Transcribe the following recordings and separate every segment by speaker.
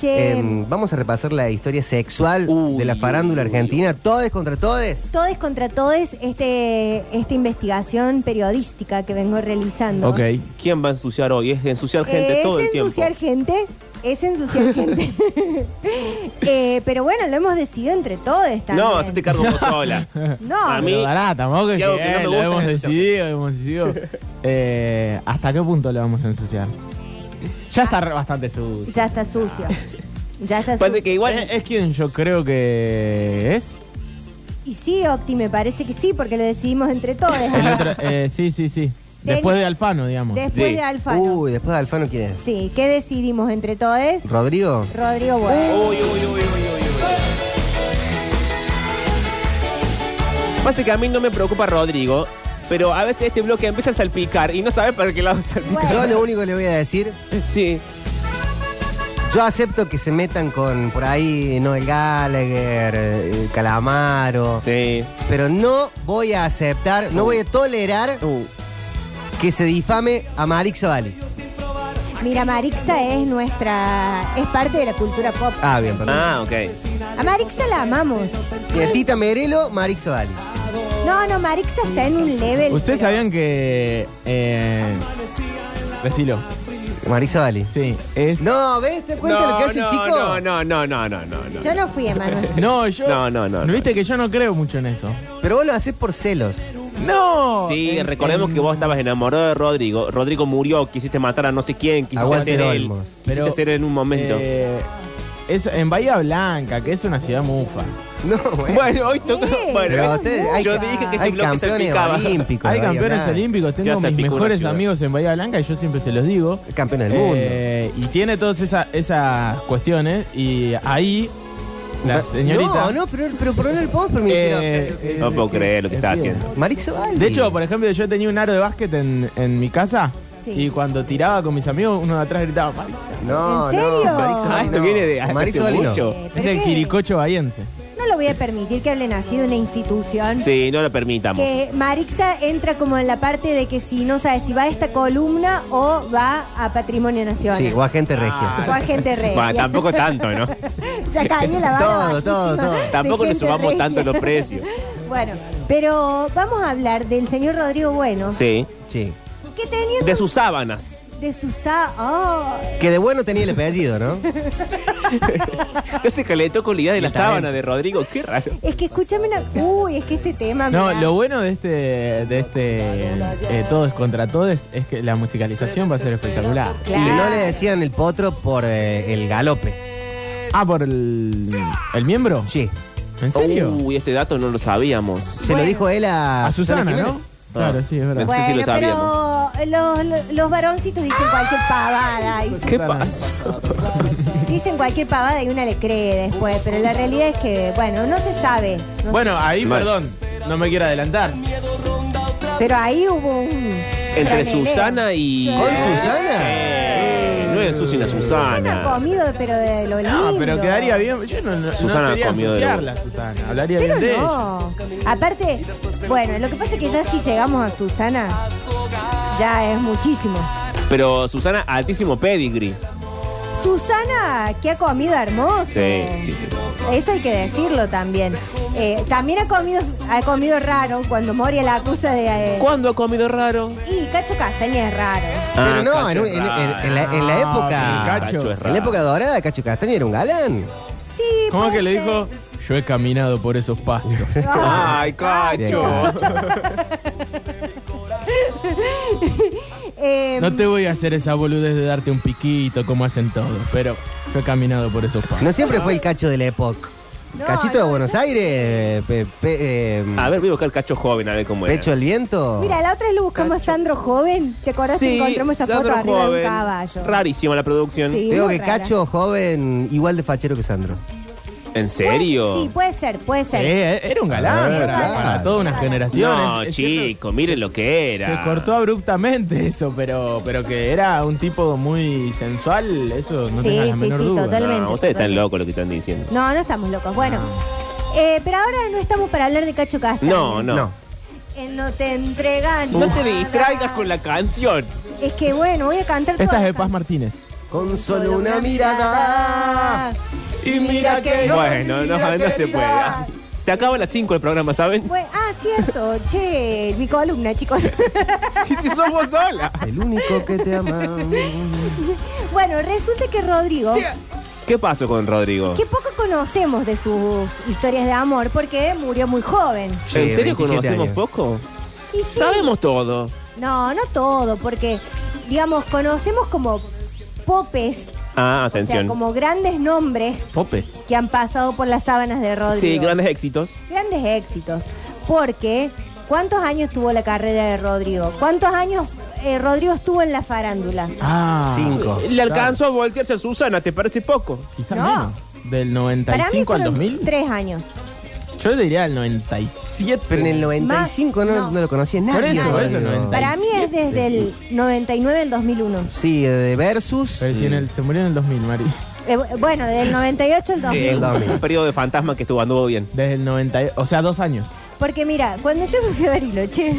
Speaker 1: Che.
Speaker 2: Em, vamos a repasar la historia sexual
Speaker 3: Uy,
Speaker 2: de la farándula
Speaker 3: uy, uy.
Speaker 2: argentina. Todes contra todes.
Speaker 1: Todes contra todes, este, esta investigación periodística que vengo realizando.
Speaker 3: Ok. ¿Quién va a ensuciar hoy? Es ensuciar gente
Speaker 1: Eh,
Speaker 3: todo el
Speaker 1: es
Speaker 3: tiempo.
Speaker 1: ensuciar gente, es ensuciar gente. Eh, pero bueno, lo hemos decidido entre todos también.
Speaker 3: No, hacete cargo vos sola.
Speaker 1: No,
Speaker 3: A mí-
Speaker 4: Pero pará, tampoco es
Speaker 3: si
Speaker 4: que,
Speaker 3: algo que no me
Speaker 4: eh,
Speaker 3: gusta
Speaker 4: lo hemos
Speaker 3: es
Speaker 4: decidido, hemos decidido. Eh, ¿Hasta qué punto lo vamos a ensuciar? Ya está re- bastante sucio.
Speaker 1: ya está sucio. Ya está
Speaker 3: Parece
Speaker 1: sucio.
Speaker 3: que igual.
Speaker 4: Eh, es quien yo creo que es.
Speaker 1: Y sí, Octi, me parece que sí, porque lo decidimos entre todos.
Speaker 4: El otro, eh, sí, sí, sí. Después de Alfano, digamos.
Speaker 1: Después
Speaker 3: Sí.
Speaker 1: de Alfano.
Speaker 2: Uy, después de Alfano, ¿quién es?
Speaker 1: Sí, ¿qué decidimos entre todos?
Speaker 2: ¿Rodrigo?
Speaker 1: Rodrigo Bueno.
Speaker 3: Uy, uy, uy, uy, uy, uy. Pasa que a mí no me preocupa Rodrigo, pero a veces este bloque empieza a salpicar y no sabes para qué lado salpicar.
Speaker 2: Yo lo único que le voy a decir,
Speaker 3: Sí.
Speaker 2: yo acepto que se metan con por ahí Noel Gallagher, eh, Calamaro,
Speaker 3: Sí.
Speaker 2: pero no voy a aceptar, no voy a tolerar que se difame a Marixa Vale.
Speaker 1: Mira, Marixa es nuestra. es parte de la cultura pop.
Speaker 2: Ah, bien, perdón.
Speaker 3: Ah, ok.
Speaker 1: A Marixa la amamos.
Speaker 2: Y a Tita Merelo, Marixa Vale.
Speaker 1: No, no, Marixa está en un level.
Speaker 4: Ustedes
Speaker 1: pero-
Speaker 4: sabían que. Eh, decilo.
Speaker 2: Marixa Vale.
Speaker 4: Sí. Es.
Speaker 2: No, ¿ves? ¿Te cuenta lo que hace,
Speaker 3: no,
Speaker 2: chico?
Speaker 3: No, no, no, no, no, no. no.
Speaker 1: Yo no fui, Emanuel.
Speaker 4: No, yo.
Speaker 3: No, no, no,
Speaker 4: Viste que yo no creo mucho en eso.
Speaker 2: Pero vos lo haces por celos.
Speaker 4: No.
Speaker 3: Sí, recordemos que vos estabas enamorado de Rodrigo. Rodrigo murió, quisiste matar a no sé quién, quisiste
Speaker 2: Aguante
Speaker 3: ser él.
Speaker 2: Olmos.
Speaker 3: Quisiste ser él en un momento.
Speaker 4: eh, es en Bahía Blanca, que es una ciudad mufa.
Speaker 2: No, bueno.
Speaker 3: Bueno, hoy toca.
Speaker 1: Sí.
Speaker 3: Bueno,
Speaker 2: Pero ustedes- hay-
Speaker 3: yo dije que este
Speaker 2: Hay
Speaker 3: bloque
Speaker 2: campeones
Speaker 3: salpicaba.
Speaker 2: olímpicos. no
Speaker 4: Hay
Speaker 2: había
Speaker 4: campeones
Speaker 2: nada.
Speaker 4: olímpicos, tengo mis
Speaker 3: salpicó una
Speaker 4: mejores
Speaker 3: ciudad.
Speaker 4: amigos en Bahía Blanca y yo siempre se los digo.
Speaker 2: Campeón del
Speaker 4: Eh, y tiene todas esa- esas cuestiones y ahí
Speaker 2: mundo.
Speaker 4: la señorita...
Speaker 2: No, no, pero, pero por no le podemos permitir.
Speaker 4: Eh, eh,
Speaker 3: No puedo creer lo que está haciendo.
Speaker 2: Marix Ovaldi.
Speaker 4: De hecho, por ejemplo, yo tenía un aro de básquet en, en mi casa
Speaker 1: Sí.
Speaker 4: y cuando tiraba con mis amigos, uno de atrás gritaba, "Marisa".
Speaker 2: No,
Speaker 1: ¿En serio?
Speaker 2: no, Marix Ovaldi
Speaker 3: Ah, esto
Speaker 2: no.
Speaker 3: viene de hace
Speaker 2: Marix Ovaldi no.
Speaker 3: mucho.
Speaker 1: Eh,
Speaker 4: es
Speaker 1: ¿pero
Speaker 4: el
Speaker 1: qué?
Speaker 4: quiricocho bahiense.
Speaker 1: No lo voy a permitir que hablen así de una institución.
Speaker 3: Sí, no lo permitamos.
Speaker 1: Que Marixa entra como en la parte de que si no sabe si va a esta columna o va a Patrimonio Nacional.
Speaker 2: Sí, o agente
Speaker 1: O
Speaker 2: regia.
Speaker 1: a gente regia.
Speaker 3: Bueno, tampoco tanto, ¿no?
Speaker 1: Ya cayó la vara
Speaker 2: Todo, todo,
Speaker 1: bajísima
Speaker 2: todo.
Speaker 1: de
Speaker 3: Tampoco le
Speaker 1: gente
Speaker 3: subamos
Speaker 1: regia.
Speaker 3: tanto los precios.
Speaker 1: Bueno, pero vamos a hablar del señor Rodrigo Bueno.
Speaker 3: Sí.
Speaker 2: Sí.
Speaker 1: Que tenía
Speaker 3: De sus sábanas.
Speaker 1: de oh, Susá- ay,
Speaker 2: Que de bueno tenía el apellido, ¿no?
Speaker 3: Yo se calentó con la idea de la
Speaker 2: Y talento.
Speaker 3: sábana de Rodrigo. Qué raro.
Speaker 1: es que escúchame una. Uy, es que este tema.
Speaker 4: No,
Speaker 1: mirá.
Speaker 4: lo bueno de este, de este eh, Todos contra Todos es que la musicalización va a ser espectacular.
Speaker 2: Y
Speaker 1: Claro.
Speaker 2: no le decían el potro por eh, el galope.
Speaker 4: Ah, por el, el miembro.
Speaker 2: Sí.
Speaker 4: ¿En serio?
Speaker 3: Uy, este dato no lo sabíamos.
Speaker 2: Se
Speaker 1: Bueno.
Speaker 2: lo dijo él a,
Speaker 4: A Susana, ¿no?
Speaker 2: Ah, Jiménez.
Speaker 4: Claro, sí, es verdad.
Speaker 3: sé si
Speaker 1: Bueno,
Speaker 3: lo sabíamos.
Speaker 1: pero los, los- los varoncitos dicen cualquier pavada. y-
Speaker 3: ¿Qué pasa?
Speaker 1: Dicen cualquier pavada y una le cree después, pero la realidad es que, bueno, no se sabe. no-
Speaker 4: Bueno, ahí,
Speaker 3: Mal.
Speaker 4: perdón, no me quiero adelantar.
Speaker 1: Pero ahí hubo un.
Speaker 3: Entre
Speaker 1: franeleo.
Speaker 3: Susana y.
Speaker 2: ¿Con Susana?
Speaker 3: Eh, No es Susana,
Speaker 1: Susana
Speaker 3: Susana.
Speaker 1: comido, pero de lo lindo.
Speaker 4: No, Ah, pero quedaría bien. Yo no, no,
Speaker 3: Susana
Speaker 4: no sería
Speaker 3: comió de
Speaker 4: ensuciarla, Susana. Hablaría
Speaker 1: Pero
Speaker 4: bien de ella.
Speaker 1: no. Aparte, bueno, lo que pasa es que ya si llegamos a Susana, ya es muchísimo.
Speaker 3: Pero Susana, altísimo pedigree.
Speaker 1: Susana, que ha comido hermoso.
Speaker 3: Sí, sí, sí.
Speaker 1: Eso hay que decirlo también. Eh, también ha comido, ha comido raro cuando Moria la acusa de. eh,
Speaker 3: ¿Cuándo ha comido raro?
Speaker 1: y Cacho Castaña es raro.
Speaker 2: Pero no,
Speaker 3: Ah, Cacho
Speaker 2: en, un-
Speaker 3: es
Speaker 2: en- en-
Speaker 3: raro.
Speaker 2: en la, en la
Speaker 4: Ah,
Speaker 2: época.
Speaker 4: sí, Cacho.
Speaker 3: Cacho es
Speaker 2: En la
Speaker 3: raro.
Speaker 2: época dorada, Cacho Castaña era un galán.
Speaker 1: Sí,
Speaker 4: ¿Cómo
Speaker 1: puede
Speaker 4: que le
Speaker 1: ser.
Speaker 4: dijo? Ah, Yo he caminado por esos pastos.
Speaker 3: Ay, Cacho.
Speaker 1: Em,
Speaker 4: No te voy a hacer esa boludez de darte un piquito como hacen todos, pero yo he caminado por esos pastos.
Speaker 2: No siempre fue el cacho de la época.
Speaker 1: No,
Speaker 2: Cachito de
Speaker 1: no,
Speaker 2: Buenos Aires, pe- pe- eh,
Speaker 3: A ver, voy a buscar Cacho joven, a ver cómo es.
Speaker 2: pecho al viento.
Speaker 1: Mira, la otra vez lo buscamos a Sandro Joven. ¿Te acordás que encontramos esa foto arriba de un caballo?
Speaker 3: Rarísima la producción.
Speaker 1: Sí.
Speaker 2: Tengo
Speaker 1: muy
Speaker 2: que
Speaker 1: rara.
Speaker 2: Cacho joven igual de fachero que Sandro.
Speaker 3: ¿En serio?
Speaker 1: Sí, puede ser, puede ser.
Speaker 4: Eh, era un galán
Speaker 2: Ah,
Speaker 4: para,
Speaker 2: claro.
Speaker 4: para toda una generación.
Speaker 3: no,
Speaker 4: Es- es-
Speaker 3: chico, miren lo que era.
Speaker 4: Se cortó abruptamente eso, pero, pero que era un tipo muy sensual, eso no
Speaker 1: Sí,
Speaker 4: tengas la
Speaker 1: sí,
Speaker 4: menor
Speaker 1: sí,
Speaker 4: duda.
Speaker 1: total. Totalmente,
Speaker 3: No, ustedes están
Speaker 1: totalmente.
Speaker 3: locos lo que están diciendo.
Speaker 1: No, no estamos locos. Bueno,
Speaker 4: Ah.
Speaker 1: eh, pero ahora no estamos para hablar de Cacho Castaña.
Speaker 3: No, no. No,
Speaker 1: Eh, no te entregan.
Speaker 3: te distraigas con la canción.
Speaker 1: Es que bueno, voy a cantar.
Speaker 4: Esta
Speaker 1: todas
Speaker 4: es de
Speaker 1: las
Speaker 4: Paz Martínez.
Speaker 2: Con solo una mirada
Speaker 1: Mira que no,
Speaker 3: Bueno, no,
Speaker 1: mira
Speaker 3: no
Speaker 1: que
Speaker 3: se puede.
Speaker 1: mira.
Speaker 3: Se acaba a las 5 el programa, ¿saben?
Speaker 1: Bueno, ah, cierto. che, mi columna, chicos.
Speaker 3: ¿Y si sos vos sola?
Speaker 2: El único que te ama.
Speaker 1: bueno, resulta que Rodrigo,
Speaker 3: ¿Qué pasó con Rodrigo?
Speaker 1: que poco conocemos de sus historias de amor porque murió muy joven.
Speaker 3: ¿En
Speaker 2: Sí, 27
Speaker 3: serio conocemos
Speaker 2: años.
Speaker 3: poco?
Speaker 1: Y sí,
Speaker 3: Sabemos todo.
Speaker 1: No, no todo, porque, digamos, conocemos como popes,
Speaker 3: Ah,
Speaker 1: o sea,
Speaker 3: atención.
Speaker 1: como grandes nombres
Speaker 4: Popes.
Speaker 1: que han pasado por las sábanas de Rodrigo.
Speaker 3: sí, grandes éxitos.
Speaker 1: Grandes éxitos. Porque, ¿cuántos años tuvo la carrera de Rodrigo? ¿Cuántos años eh, Rodrigo estuvo en la farándula?
Speaker 4: Ah.
Speaker 2: Cinco.
Speaker 3: Le alcanzó a voltearse a Susana, ¿te parece poco?
Speaker 4: Quizás
Speaker 1: No.
Speaker 4: menos. Del 95 al
Speaker 1: fueron
Speaker 4: 2000.
Speaker 1: tres años.
Speaker 4: Yo diría el 97.
Speaker 2: Pero en el 95 no,
Speaker 1: no.
Speaker 2: no lo conocía nadie.
Speaker 4: eso, por eso,
Speaker 2: Rodrigo.
Speaker 4: 90.
Speaker 1: Para mí es
Speaker 4: 97.
Speaker 1: desde el 99 al 2001.
Speaker 2: Sí, de Versus.
Speaker 4: Pero si en el, se murió en el 2000, Mari.
Speaker 1: Eh, bueno, del 98 al
Speaker 3: Eh,
Speaker 1: 2000.
Speaker 2: el
Speaker 3: un,
Speaker 2: 2000.
Speaker 3: un periodo de fantasma que estuvo anduvo bien.
Speaker 4: Desde el 90, o sea, dos años.
Speaker 1: Porque mira, cuando yo me fui a Bariloche,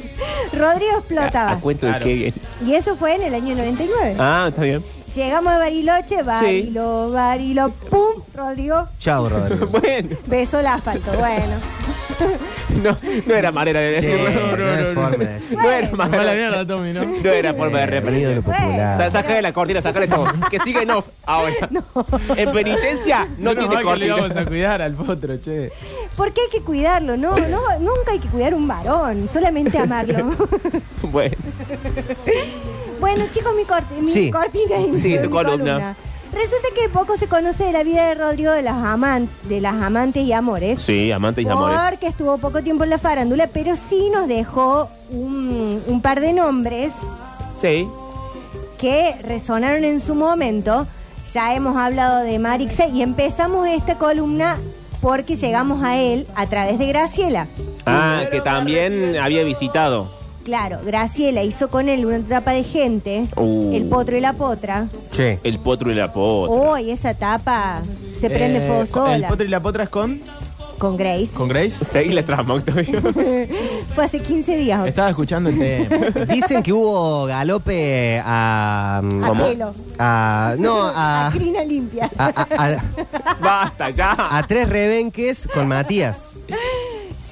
Speaker 1: Rodrigo
Speaker 3: A,
Speaker 1: explotaba.
Speaker 3: a cuento
Speaker 4: Claro.
Speaker 3: de que.
Speaker 1: Y eso fue en el año 99.
Speaker 3: Ah, está bien.
Speaker 1: Llegamos a Bariloche, Barilo, Barilo, pum, Rodrigo
Speaker 2: Chao, Rodrigo.
Speaker 3: Bueno,
Speaker 1: besó el asfalto. Bueno,
Speaker 3: no, no era manera de
Speaker 2: Sí,
Speaker 3: decirlo.
Speaker 2: no, es forma de decir.
Speaker 3: No era
Speaker 4: Me fue la
Speaker 3: manera.
Speaker 4: mierda, Tommy, ¿no?
Speaker 3: No era forma de
Speaker 2: Eh, venido de
Speaker 3: repetir.
Speaker 2: lo popular.
Speaker 3: Sa- Saca de la cortina, saca de todo. Que siga en off ahora. En penitencia no,
Speaker 4: Menos
Speaker 3: tiene
Speaker 4: mal que le íbamos
Speaker 3: cortina.
Speaker 4: a cuidar al potro, che.
Speaker 1: porque hay que cuidarlo, ¿no? no nunca hay que cuidar un varón, solamente amarlo.
Speaker 3: Bueno,
Speaker 1: bueno, chicos, mi, corti- mi
Speaker 2: Sí.
Speaker 1: cortina y
Speaker 3: Sí,
Speaker 1: mi-
Speaker 3: tu
Speaker 1: mi
Speaker 3: columna.
Speaker 1: Resulta que poco se conoce de la vida de Rodrigo de las, aman- de las amantes y amores.
Speaker 3: sí, amantes y amores.
Speaker 1: Porque estuvo poco tiempo en la farándula, pero sí nos dejó un, un par de nombres
Speaker 3: Sí.
Speaker 1: que resonaron en su momento. Ya hemos hablado de Marixe y empezamos esta columna porque llegamos a él a través de Graciela.
Speaker 3: Ah, que también había visitado.
Speaker 1: Claro, Graciela hizo con él una etapa de gente,
Speaker 3: Uh.
Speaker 1: el potro y la potra.
Speaker 2: Che,
Speaker 3: El potro y la potra.
Speaker 1: Hoy esa etapa se prende
Speaker 4: Eh,
Speaker 1: fuego
Speaker 4: con- El
Speaker 1: sola
Speaker 4: potro y la potra es con.
Speaker 1: con Grace.
Speaker 4: Con Grace.
Speaker 3: Seguí la trama, Octavio.
Speaker 1: Fue hace 15 días.
Speaker 4: Estaba escuchando el tema.
Speaker 2: dicen que hubo galope a. mm,
Speaker 1: A pelo.
Speaker 2: a- no, ah. a.
Speaker 1: A crina limpia.
Speaker 2: a- a-
Speaker 3: Basta, ya.
Speaker 4: Ah.
Speaker 2: a- a tres rebenques con Matías.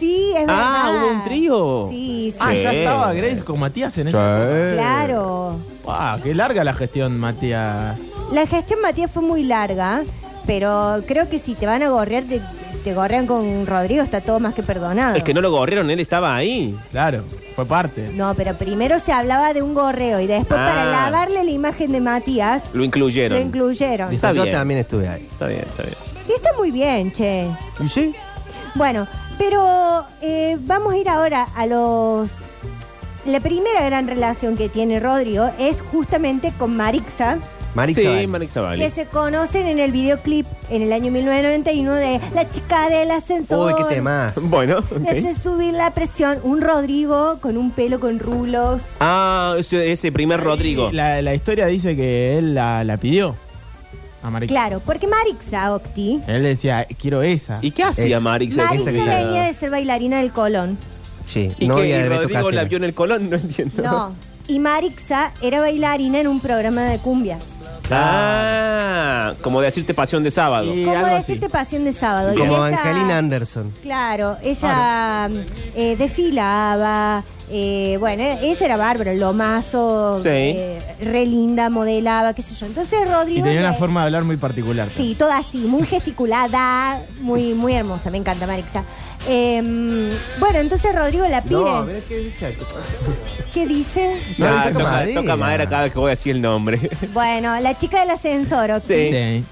Speaker 1: Sí, es verdad.
Speaker 3: Ah, hubo un trío.
Speaker 1: Sí, sí.
Speaker 4: Ah, ya
Speaker 3: Sí.
Speaker 4: estaba Grace con Matías en ese.
Speaker 1: Claro.
Speaker 4: Ah, qué larga la gestión, Matías.
Speaker 1: La gestión Matías fue muy larga, pero creo que si te van a gorrear, te, te gorrean con Rodrigo, está todo más que perdonado.
Speaker 3: Es que no lo corrieron, él estaba ahí.
Speaker 4: Claro, fue parte.
Speaker 1: No, pero primero se hablaba de un gorreo y después
Speaker 3: Ah.
Speaker 1: para lavarle la imagen de Matías,
Speaker 3: Lo incluyeron.
Speaker 1: lo incluyeron.
Speaker 2: Dijo,
Speaker 3: Está
Speaker 2: yo
Speaker 3: bien.
Speaker 2: también estuve ahí.
Speaker 3: Está bien, está bien.
Speaker 1: Y está muy bien, che.
Speaker 2: ¿Y sí?
Speaker 1: Bueno, pero eh, vamos a ir ahora a los... La primera gran relación que tiene Rodrigo es justamente con Marixa,
Speaker 2: Marixa
Speaker 3: sí,
Speaker 2: Vale.
Speaker 3: Marix
Speaker 1: que
Speaker 3: Zavalli.
Speaker 1: se conocen en el videoclip en el año 1991 de La chica del ascensor.
Speaker 2: Uy, qué temas.
Speaker 3: Bueno, ok.
Speaker 1: Me hace subir la presión. Un Rodrigo con un pelo con rulos.
Speaker 3: Ah, ese, ese primer Rodrigo.
Speaker 4: La, la historia dice que él la, la pidió a Marixa.
Speaker 1: Claro, porque Marixa Octi.
Speaker 4: Él decía, quiero esa.
Speaker 3: ¿Y qué hacía
Speaker 2: Es-
Speaker 3: Marix? en
Speaker 1: Marixa
Speaker 3: su vida?
Speaker 1: venía de ser bailarina del Colón.
Speaker 2: Sí,
Speaker 3: ¿Y,
Speaker 2: novia
Speaker 3: qué? ¿Y
Speaker 2: de Beto
Speaker 3: Rodrigo la
Speaker 2: Casella.
Speaker 3: vio en el Colón? No entiendo.
Speaker 1: No. Y Marixa era bailarina en un programa de cumbia.
Speaker 3: Ah, como decirte pasión de sábado.
Speaker 4: Y
Speaker 1: Como
Speaker 4: algo
Speaker 1: decirte pasión de sábado. Y
Speaker 2: Como
Speaker 1: ella-
Speaker 2: Angelina Anderson.
Speaker 1: Claro, ella eh, desfilaba. eh, bueno, eh, ella era bárbara, lomazo,
Speaker 3: Sí.
Speaker 1: eh, re linda, modelaba, qué sé yo. Entonces Rodrigo.
Speaker 4: Y tenía una
Speaker 1: le-
Speaker 4: forma de hablar muy particular.
Speaker 1: Sí, toda así, muy gesticulada, muy, muy hermosa, me encanta Marixa. Em, bueno, entonces Rodrigo la pide.
Speaker 2: qué dice.
Speaker 1: ¿Qué dice?
Speaker 2: No,
Speaker 3: Ah,
Speaker 2: toca
Speaker 3: toca,
Speaker 2: madera.
Speaker 3: toca madera cada vez que voy a decir el nombre.
Speaker 1: Bueno, la chica del ascensor, ¿ok?
Speaker 3: Sí.
Speaker 4: Sí.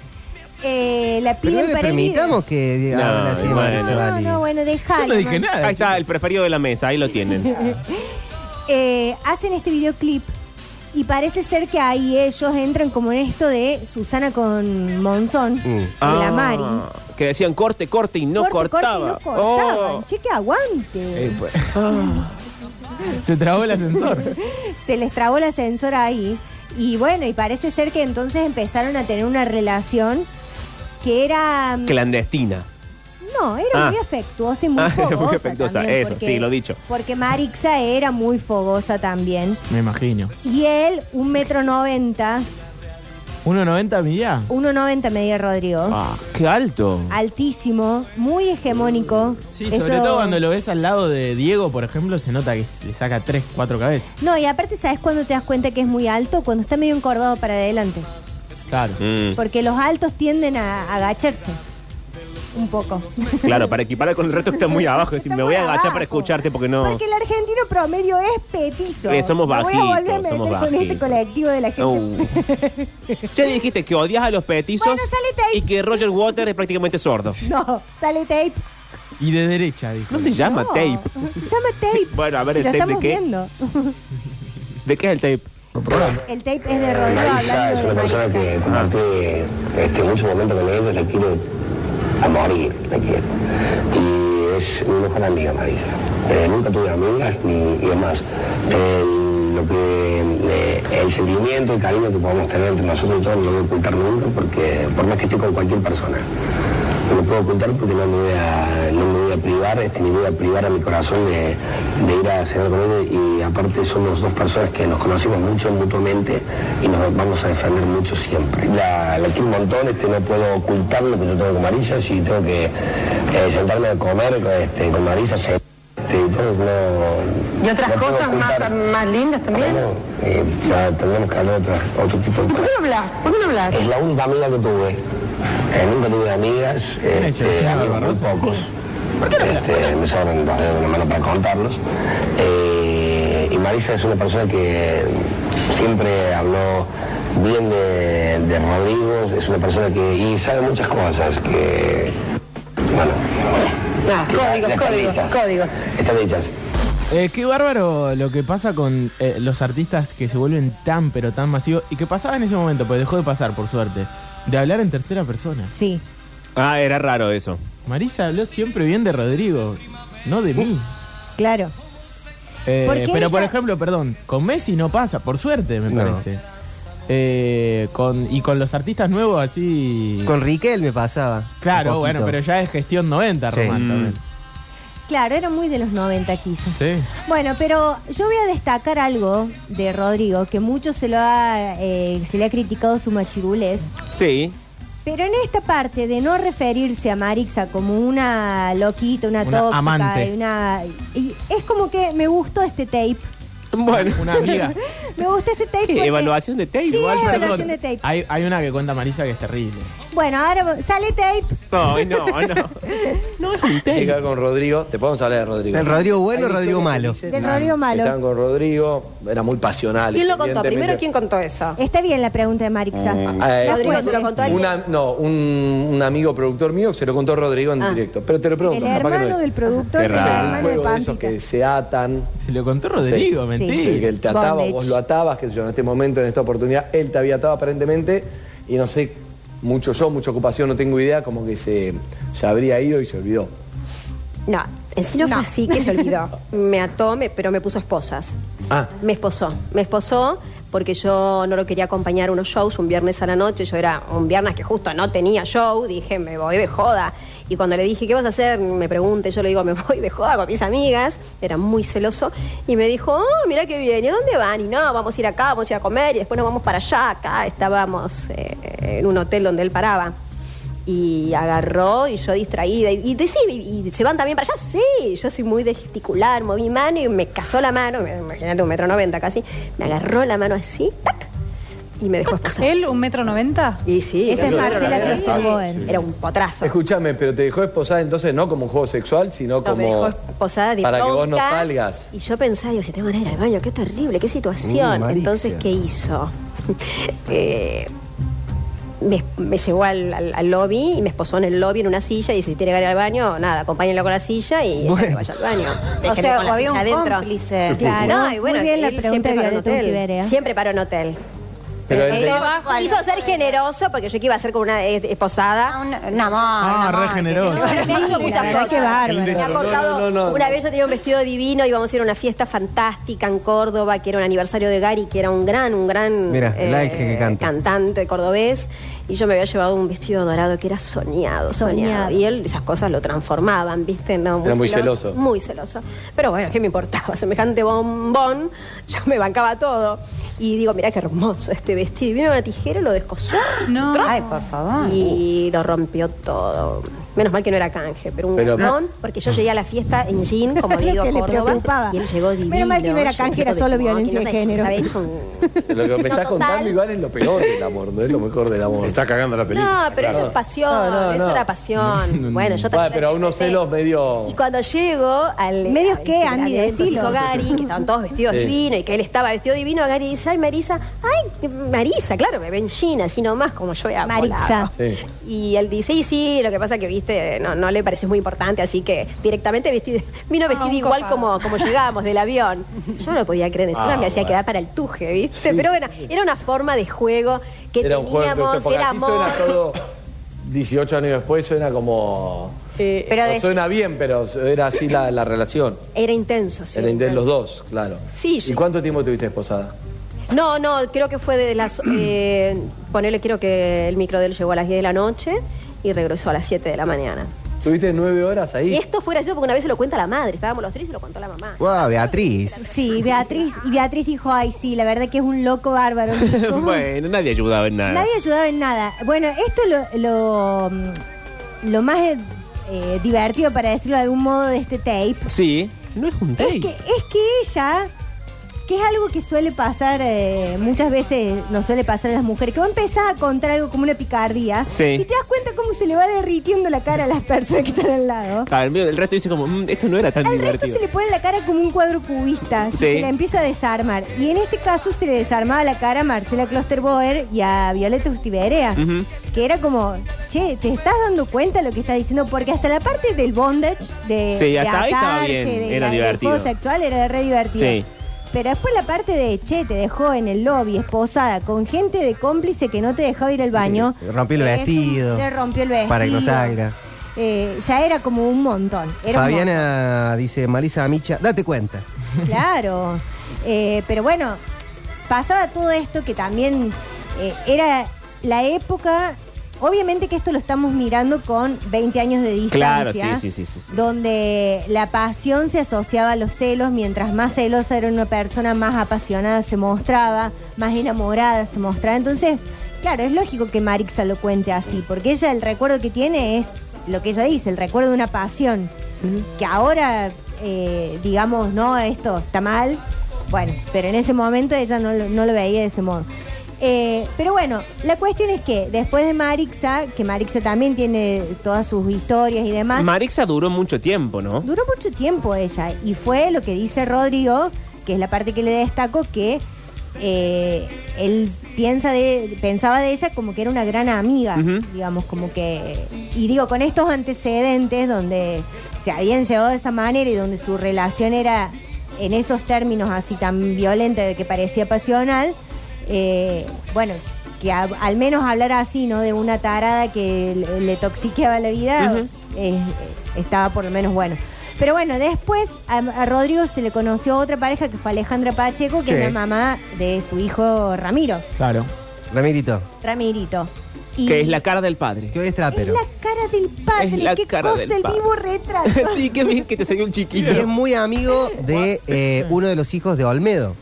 Speaker 1: Eh, la
Speaker 2: Pero
Speaker 1: piden
Speaker 2: no le
Speaker 1: para el
Speaker 2: permitamos que
Speaker 3: No,
Speaker 2: hablen así de
Speaker 3: bueno.
Speaker 2: Marixa
Speaker 1: video. No, no,
Speaker 2: Vale.
Speaker 1: no, bueno, déjalo.
Speaker 4: Yo no dije
Speaker 1: man.
Speaker 4: nada.
Speaker 3: Ahí está, el preferido de la mesa, ahí lo tienen.
Speaker 1: Eh, hacen este videoclip y parece ser que ahí ellos entran como en esto de Susana con Monzón,
Speaker 2: Mm.
Speaker 1: y la Mari.
Speaker 3: Ah, Que decían corte, corte y no
Speaker 1: Corte, corte y
Speaker 3: cortaba.
Speaker 1: no cortaban.
Speaker 3: Oh. ah,
Speaker 1: Che, que aguante.
Speaker 4: Eh, pues. Se trabó el ascensor.
Speaker 1: se les trabó la ascensora ahí. Y bueno, y parece ser que entonces empezaron a tener una relación que era. mm,
Speaker 3: Clandestina.
Speaker 1: No, era
Speaker 3: Ah.
Speaker 1: muy afectuosa y muy
Speaker 3: Ah, era muy
Speaker 1: fogosa.
Speaker 3: afectuosa,
Speaker 1: también,
Speaker 3: eso, sí, lo dicho.
Speaker 1: Porque Marixa era muy fogosa también.
Speaker 4: Me imagino.
Speaker 1: Y él, un metro noventa.
Speaker 4: ¿1.90 milla?
Speaker 1: 1,90 medía Rodrigo.
Speaker 3: Ah, ¡Qué alto!
Speaker 1: Altísimo, muy hegemónico.
Speaker 4: Sí,
Speaker 1: Eso-
Speaker 4: sobre todo cuando lo ves al lado de Diego, por ejemplo, se nota que le saca 3, 4 cabezas.
Speaker 1: No, y aparte, ¿sabes cuando te das cuenta que es muy alto? Cuando está medio encorvado para adelante.
Speaker 4: Claro.
Speaker 3: Mm,
Speaker 1: Porque los altos tienden a a agacharse. Un poco.
Speaker 3: claro, para equiparar con el resto que está muy abajo. Es decir,
Speaker 1: Está
Speaker 3: me voy a
Speaker 1: muy
Speaker 3: agachar
Speaker 1: abajo.
Speaker 3: para escucharte porque no.
Speaker 1: Porque el argentino promedio es petizo.
Speaker 3: Eh, somos
Speaker 1: Me Voy a volver a
Speaker 3: bajitos,
Speaker 1: meter
Speaker 3: somos
Speaker 1: con este
Speaker 3: bajitos.
Speaker 1: colectivo de la gente.
Speaker 3: Uh. Ya dijiste que odias a los petizos
Speaker 1: Bueno, salete ahí.
Speaker 3: y que Roger Water es prácticamente sordo.
Speaker 1: No, sale tape.
Speaker 4: Y de derecha, dijo.
Speaker 3: No se llama
Speaker 1: No.
Speaker 3: tape.
Speaker 1: Llama tape.
Speaker 3: Bueno, a ver,
Speaker 1: Si
Speaker 3: ¿el
Speaker 1: lo
Speaker 3: tape de
Speaker 1: estamos
Speaker 3: qué?
Speaker 1: viendo.
Speaker 3: ¿De qué es el tape?
Speaker 1: El tape es de Rodrigo hablando de
Speaker 5: Marisa Eh, es una persona
Speaker 1: Marisa.
Speaker 5: que compartí este, muchos momentos con ella, la quiero a morir, la quiero. Y es mi mejor amiga Marisa. Eh, nunca tuve amigas ni y demás. lo que, eh, el sentimiento, el cariño que podemos tener entre nosotros y todos no lo voy a ocultar nunca porque por más que esté con cualquier persona. No lo puedo ocultar porque no me voy a, no me voy a privar, este, ni voy a privar a mi corazón de, de ir a cenar con él y aparte somos dos personas que nos conocemos mucho mutuamente y nos vamos a defender mucho siempre. La, la quiero un montón, este, no puedo ocultar lo que yo tengo con Marisa, si tengo que eh, sentarme a comer este, con Marisa, se- este, todo, no,
Speaker 6: Y otras
Speaker 5: no puedo
Speaker 6: cosas más,
Speaker 5: ocultar.
Speaker 6: más lindas también.
Speaker 5: Bueno, eh, ya tendremos que hablar de otras- otro tipo de
Speaker 6: ¿Por
Speaker 5: cosas.
Speaker 6: qué no hablas? ¿Por qué no hablas?
Speaker 5: Es la única amiga que tuve. Eh, nunca tuve amigas,
Speaker 6: Eh,
Speaker 4: Bien hecho,
Speaker 5: este,
Speaker 4: señora
Speaker 5: amigos muy
Speaker 4: Barbosa.
Speaker 5: pocos. Este, me sobran los dedos de una mano para contarlos. Eh, y Marisa es una persona que siempre habló bien de, de Rodrigo, es una persona que y sabe muchas cosas que bueno,
Speaker 6: Ah,
Speaker 5: que ya- ya
Speaker 6: códigos,
Speaker 5: están
Speaker 6: códigos,
Speaker 5: dichas.
Speaker 6: códigos.
Speaker 5: Están dichas.
Speaker 4: Eh, qué bárbaro lo que pasa con eh, los artistas que se vuelven tan pero tan masivos y que pasaba en ese momento, pues dejó de pasar, por suerte, de hablar en tercera persona.
Speaker 1: Sí.
Speaker 3: Ah, era raro eso.
Speaker 4: Marisa habló siempre bien de Rodrigo, no de mí.
Speaker 1: Claro.
Speaker 4: Eh,
Speaker 1: Uh, ¿Por qué
Speaker 4: pero por
Speaker 1: ella-
Speaker 4: ejemplo, perdón, con Messi no pasa, por suerte me
Speaker 2: No.
Speaker 4: parece. Eh, con, y con los artistas nuevos así...
Speaker 2: Con Riquel me pasaba.
Speaker 4: claro,
Speaker 2: un
Speaker 4: bueno,
Speaker 2: poquito.
Speaker 4: pero ya es gestión 90,
Speaker 2: Sí.
Speaker 4: Román,
Speaker 3: Mm.
Speaker 4: también.
Speaker 1: Claro, era muy de los 90 quizás.
Speaker 4: Sí.
Speaker 1: Bueno, pero yo voy a destacar algo de Rodrigo, que mucho se lo ha, eh, se le ha criticado su machirulez.
Speaker 3: Sí.
Speaker 1: Pero en esta parte de no referirse a Marixa como una loquita, una,
Speaker 4: Una
Speaker 1: tóxica,
Speaker 4: amante.
Speaker 1: una y es como que me gustó este tape.
Speaker 3: Bueno.
Speaker 4: Una amiga.
Speaker 1: Me gustó este tape. porque-
Speaker 3: Evaluación de tape.
Speaker 1: Sí,
Speaker 3: igual.
Speaker 1: es
Speaker 3: perdón.
Speaker 1: evaluación de tape.
Speaker 4: Hay, hay una que cuenta Marisa que es terrible.
Speaker 1: Bueno, ahora va- sale tape.
Speaker 3: No, no, no. No es un
Speaker 7: Tiene
Speaker 3: tape.
Speaker 7: que ver con Rodrigo, te podemos hablar de Rodrigo.
Speaker 2: El Rodrigo bueno,
Speaker 7: Hay
Speaker 2: el Rodrigo
Speaker 7: historias que
Speaker 2: malo.
Speaker 7: dicen,
Speaker 1: Del Rodrigo malo.
Speaker 7: Estaban con Rodrigo, era muy pasional.
Speaker 8: ¿Quién lo contó? Primero, ¿quién
Speaker 7: evidentemente.
Speaker 8: contó eso?
Speaker 1: Está bien la pregunta de Marixa.
Speaker 7: Eh,
Speaker 1: La
Speaker 8: Rodrigo
Speaker 1: fuente.
Speaker 8: se lo contó a alguien.
Speaker 7: Una- no, un, un amigo productor mío que se lo contó a Rodrigo en
Speaker 8: Ah.
Speaker 7: directo. Pero te lo
Speaker 1: El
Speaker 7: pregunto, capaz que
Speaker 1: hermano
Speaker 7: no es.
Speaker 1: del productor,
Speaker 3: Qué
Speaker 1: el
Speaker 7: Es
Speaker 3: raro.
Speaker 1: hermano
Speaker 7: un
Speaker 1: de
Speaker 7: juego de esos
Speaker 1: Pampita.
Speaker 7: que se atan.
Speaker 4: Se lo contó Rodrigo,
Speaker 7: Sí.
Speaker 4: mentira.
Speaker 1: Sí.
Speaker 7: que él te ataba,
Speaker 1: Bondage.
Speaker 7: vos lo atabas, que yo en este momento, en esta oportunidad, él te había atado aparentemente, y no sé, mucho yo, mucha ocupación, no tengo idea, como que se, se habría ido y se olvidó.
Speaker 8: No, en sí no fue así que se olvidó. Me ató, me- pero me puso esposas.
Speaker 7: Ah.
Speaker 8: Me esposó. Me esposó porque yo no lo quería acompañar a unos shows un viernes a la noche. Yo era un viernes que justo no tenía show. Dije, me voy de joda. Y cuando le dije, ¿qué vas a hacer? Me pregunté, yo le digo, me voy de joda con mis amigas. Era muy celoso. Y me dijo, oh, mira qué bien. ¿Y a dónde van? Y no, vamos a ir acá, vamos a ir a comer y después nos vamos para allá. Acá estábamos eh, en un hotel donde él paraba. Y agarró y yo distraída. Y, y decí, y, y se van también para allá. Sí, yo soy muy de gesticular, moví mano y me cazó la mano. me- Imagínate, un metro noventa casi. Me agarró la mano así, tac, y me dejó esposar.
Speaker 9: ¿Él, un metro noventa?
Speaker 8: Y sí,
Speaker 1: Esa es
Speaker 8: sí,
Speaker 1: Marcela
Speaker 8: era-
Speaker 1: Cristóbal.
Speaker 8: sí, Era un potrazo.
Speaker 7: Escúchame, pero te dejó esposada entonces no como un juego sexual, sino
Speaker 8: No,
Speaker 7: como.
Speaker 8: me dejó esposada de
Speaker 7: Para que vos no
Speaker 8: bronca.
Speaker 7: salgas.
Speaker 8: Y yo pensaba, digo, si tengo ganas de ir al baño, qué terrible, qué situación.
Speaker 2: Mm, Marisa.
Speaker 8: Entonces, ¿qué hizo? Eh, me, me llevó al, al- al lobby y me esposó en el lobby en una silla y dice, si tiene ganas de ir al baño, nada, acompáñenlo con la silla y ella
Speaker 2: Bueno.
Speaker 8: que vaya al baño.
Speaker 6: O
Speaker 8: Déjenme
Speaker 6: sea,
Speaker 8: con la
Speaker 6: había
Speaker 8: silla
Speaker 6: un
Speaker 8: adentro.
Speaker 6: cómplice.
Speaker 1: Claro,
Speaker 8: No, y bueno,
Speaker 1: muy bien la
Speaker 8: él
Speaker 1: pregunta de
Speaker 8: siempre paró en
Speaker 1: Violeta
Speaker 8: hotel.
Speaker 1: Urquiberea.
Speaker 8: Siempre paró en hotel.
Speaker 7: pero él-
Speaker 6: Eso-
Speaker 8: Quiso ser generoso porque yo que iba a ser con una eh, esposada.
Speaker 6: Un, un amor.
Speaker 4: Ah,
Speaker 6: un amor,
Speaker 4: re
Speaker 6: que
Speaker 4: generoso.
Speaker 6: te-
Speaker 8: No, me ha hecho muchas
Speaker 1: Qué
Speaker 8: cosas.
Speaker 1: bárbaro.
Speaker 8: Me ha cortado-
Speaker 7: No, no, no, no.
Speaker 8: Una vez yo tenía un vestido divino, íbamos a ir a una fiesta fantástica en Córdoba, que era un aniversario de Gary, que era un gran, un gran eh,
Speaker 2: Mira, el ángel que canta.
Speaker 8: cantante cordobés. Y yo me había llevado un vestido dorado que era soñado, soñado.
Speaker 1: Soñado.
Speaker 8: Y él esas cosas lo transformaban, ¿viste? No,
Speaker 7: Era muy celoso.
Speaker 8: Muy celoso. Pero bueno, ¿qué me importaba? Semejante bombón, yo me bancaba todo. Y digo, mira qué hermoso este vestido y vino una tijera y lo descosó.
Speaker 9: No.
Speaker 8: Tra-
Speaker 9: Ay, por favor.
Speaker 8: Y lo rompió todo. Menos mal que no era canje, pero un
Speaker 7: Pero-
Speaker 8: garrón, porque yo llegué a la fiesta en jean, como había
Speaker 1: Lo
Speaker 8: ido a
Speaker 1: que le
Speaker 8: Córdoba,
Speaker 1: preocupaba.
Speaker 8: y él llegó divino.
Speaker 1: Menos mal que no era
Speaker 8: Yo
Speaker 1: canje,
Speaker 8: dije,
Speaker 1: era solo
Speaker 8: no, que
Speaker 1: violencia
Speaker 8: no
Speaker 1: de
Speaker 8: se-
Speaker 1: género.
Speaker 8: haber hecho un-
Speaker 7: Lo que me
Speaker 8: No,
Speaker 7: estás
Speaker 8: total.
Speaker 7: contando, Iván, es lo peor del amor, no es lo mejor del amor.
Speaker 10: Está cagando la película.
Speaker 8: No, pero eso es pasión,
Speaker 7: No, no,
Speaker 8: eso
Speaker 7: no.
Speaker 8: era pasión. Bueno, yo
Speaker 7: Bueno,
Speaker 8: también.
Speaker 7: pero a unos celos medio.
Speaker 8: Y cuando llego al.
Speaker 1: ¿Medios
Speaker 8: al-
Speaker 1: qué,
Speaker 8: al
Speaker 1: Andy?
Speaker 8: evento que
Speaker 1: Decilo.
Speaker 8: hizo Gary, que estaban todos vestidos
Speaker 7: Sí.
Speaker 8: divino y que él estaba vestido divino, Gary dice: Ay, Marisa, ay, Marisa, claro, me ven Gina, así nomás como yo era.
Speaker 1: Marisa.
Speaker 8: volado.
Speaker 7: Sí.
Speaker 8: Y él dice: Y sí, lo que pasa que viste, no, no le pareces muy importante, así que directamente vestido, vino vestido
Speaker 9: Ah, un
Speaker 8: igual
Speaker 9: copado.
Speaker 8: como, como llegábamos del avión. Yo no lo podía creer, encima
Speaker 10: Ah,
Speaker 8: me hacía
Speaker 10: bueno.
Speaker 8: quedar para el tuje, ¿viste? Pero bueno, era una forma de juego que
Speaker 7: Era un
Speaker 8: teníamos,
Speaker 7: juego, pero porque
Speaker 8: era
Speaker 7: así
Speaker 8: amor.
Speaker 7: suena todo 18 años después, suena como.
Speaker 8: Eh,
Speaker 9: Pero
Speaker 7: no
Speaker 9: de-
Speaker 7: suena bien, pero era así la, la relación.
Speaker 8: Era intenso, sí.
Speaker 7: Era entre los dos, claro.
Speaker 8: Sí,
Speaker 7: ¿Y
Speaker 8: yo-
Speaker 7: cuánto tiempo tuviste esposada?
Speaker 8: No, no, creo que fue de las... Eh, ponele, creo que el micro de él llegó a las 10 de la noche y regresó a las 7 de la mañana.
Speaker 7: ¿Tuviste nueve horas ahí?
Speaker 8: Y esto fue gracioso porque una vez se lo cuenta la madre, estábamos los tres y se lo contó la mamá.
Speaker 2: Guau, Beatriz.
Speaker 1: Sí, Beatriz, y Beatriz dijo, ay, sí, la verdad que es un loco bárbaro. Dijo,
Speaker 3: bueno, nadie ayudaba en nada.
Speaker 1: Nadie ayudaba en nada. Bueno, esto lo, lo, mm, lo más eh, eh, divertido, para decirlo de algún modo, de este tape,
Speaker 3: Sí, no es un
Speaker 1: es
Speaker 3: date.
Speaker 1: que, es que ella, que es algo que suele pasar, eh, muchas veces nos suele pasar a las mujeres, que vos empezás a contar algo como una picardía
Speaker 3: Sí.
Speaker 1: y te das cuenta cómo se le va derritiendo la cara a las personas que están al lado.
Speaker 3: Claro, Ah, el medio del resto dice como, "Mm, esto no era tan
Speaker 1: Al resto
Speaker 3: divertido.
Speaker 1: se le pone la cara como un cuadro cubista,
Speaker 3: Sí.
Speaker 1: se la empieza a desarmar. Y en este caso se le desarmaba la cara a Marcela Klosterboer y a Violeta Ustiberea,
Speaker 3: Ujú.
Speaker 1: que era como, che, ¿te estás dando cuenta de lo que estás diciendo? Porque hasta la parte del bondage, de,
Speaker 3: Sí,
Speaker 1: de
Speaker 3: hasta ahí estaba
Speaker 1: atarse,
Speaker 3: bien,
Speaker 1: de la-
Speaker 3: era
Speaker 1: del
Speaker 3: divertido.
Speaker 1: juego sexual, era re divertido.
Speaker 3: Sí.
Speaker 1: Pero después la parte de, che, te dejó en el lobby esposada con gente de cómplice que no te dejaba ir al baño.
Speaker 2: Sí, rompió el
Speaker 1: Es un-
Speaker 2: vestido.
Speaker 1: Le rompió el vestido.
Speaker 2: Para que no salga.
Speaker 1: Eh, ya era como un montón. Era un
Speaker 2: Fabiana dice, Marisa Amicha, date cuenta.
Speaker 1: Claro, Eh, pero bueno, pasaba todo esto que también eh, era la época, obviamente que esto lo estamos mirando con 20 años de distancia.
Speaker 3: Claro, sí, sí, sí, sí, sí.
Speaker 1: Donde la pasión se asociaba a los celos, mientras más celosa era una persona, más apasionada se mostraba, más enamorada se mostraba. Entonces, claro, es lógico que Marixa lo cuente así, porque ella el recuerdo que tiene es lo que ella dice, el recuerdo de una pasión que ahora eh, digamos, no, esto está mal. Bueno, pero en ese momento ella no, lo- no lo veía de ese modo. Eh, pero bueno, la cuestión es que después de Marixa, que Marixa también tiene todas sus historias y demás,
Speaker 3: Marixa duró mucho tiempo, ¿no?
Speaker 1: duró mucho tiempo ella. Y fue lo que dice Rodrigo, que es la parte que le destaco, que eh, él piensa de, pensaba de ella como que era una gran amiga,
Speaker 3: Ujú.
Speaker 1: digamos, como que... Y digo, con estos antecedentes donde se habían llevado de esa manera y donde su relación era en esos términos así tan violenta de que parecía pasional, eh, bueno... Que a- al menos hablar así, ¿no? De una tarada que le, le toxiqueaba la vida,
Speaker 3: Ujú.
Speaker 1: eh, estaba por lo menos bueno. Pero bueno, después a, a Rodrigo se le conoció otra pareja que fue Alejandra Pacheco, que
Speaker 2: Sí.
Speaker 1: es la mamá de su hijo Ramiro,
Speaker 4: Claro.
Speaker 2: Ramirito,
Speaker 1: Ramirito. Y
Speaker 3: Que es la cara del padre.
Speaker 2: que hoy es
Speaker 1: es
Speaker 2: trapero.
Speaker 1: la cara del padre,
Speaker 3: Es la
Speaker 1: qué
Speaker 3: cara
Speaker 1: cosa,
Speaker 3: del
Speaker 1: el
Speaker 3: padre.
Speaker 1: vivo retrato.
Speaker 3: sí, qué bien que te salió un
Speaker 2: Y
Speaker 3: chiquito.
Speaker 2: es muy amigo de eh, uno de los hijos de Olmedo.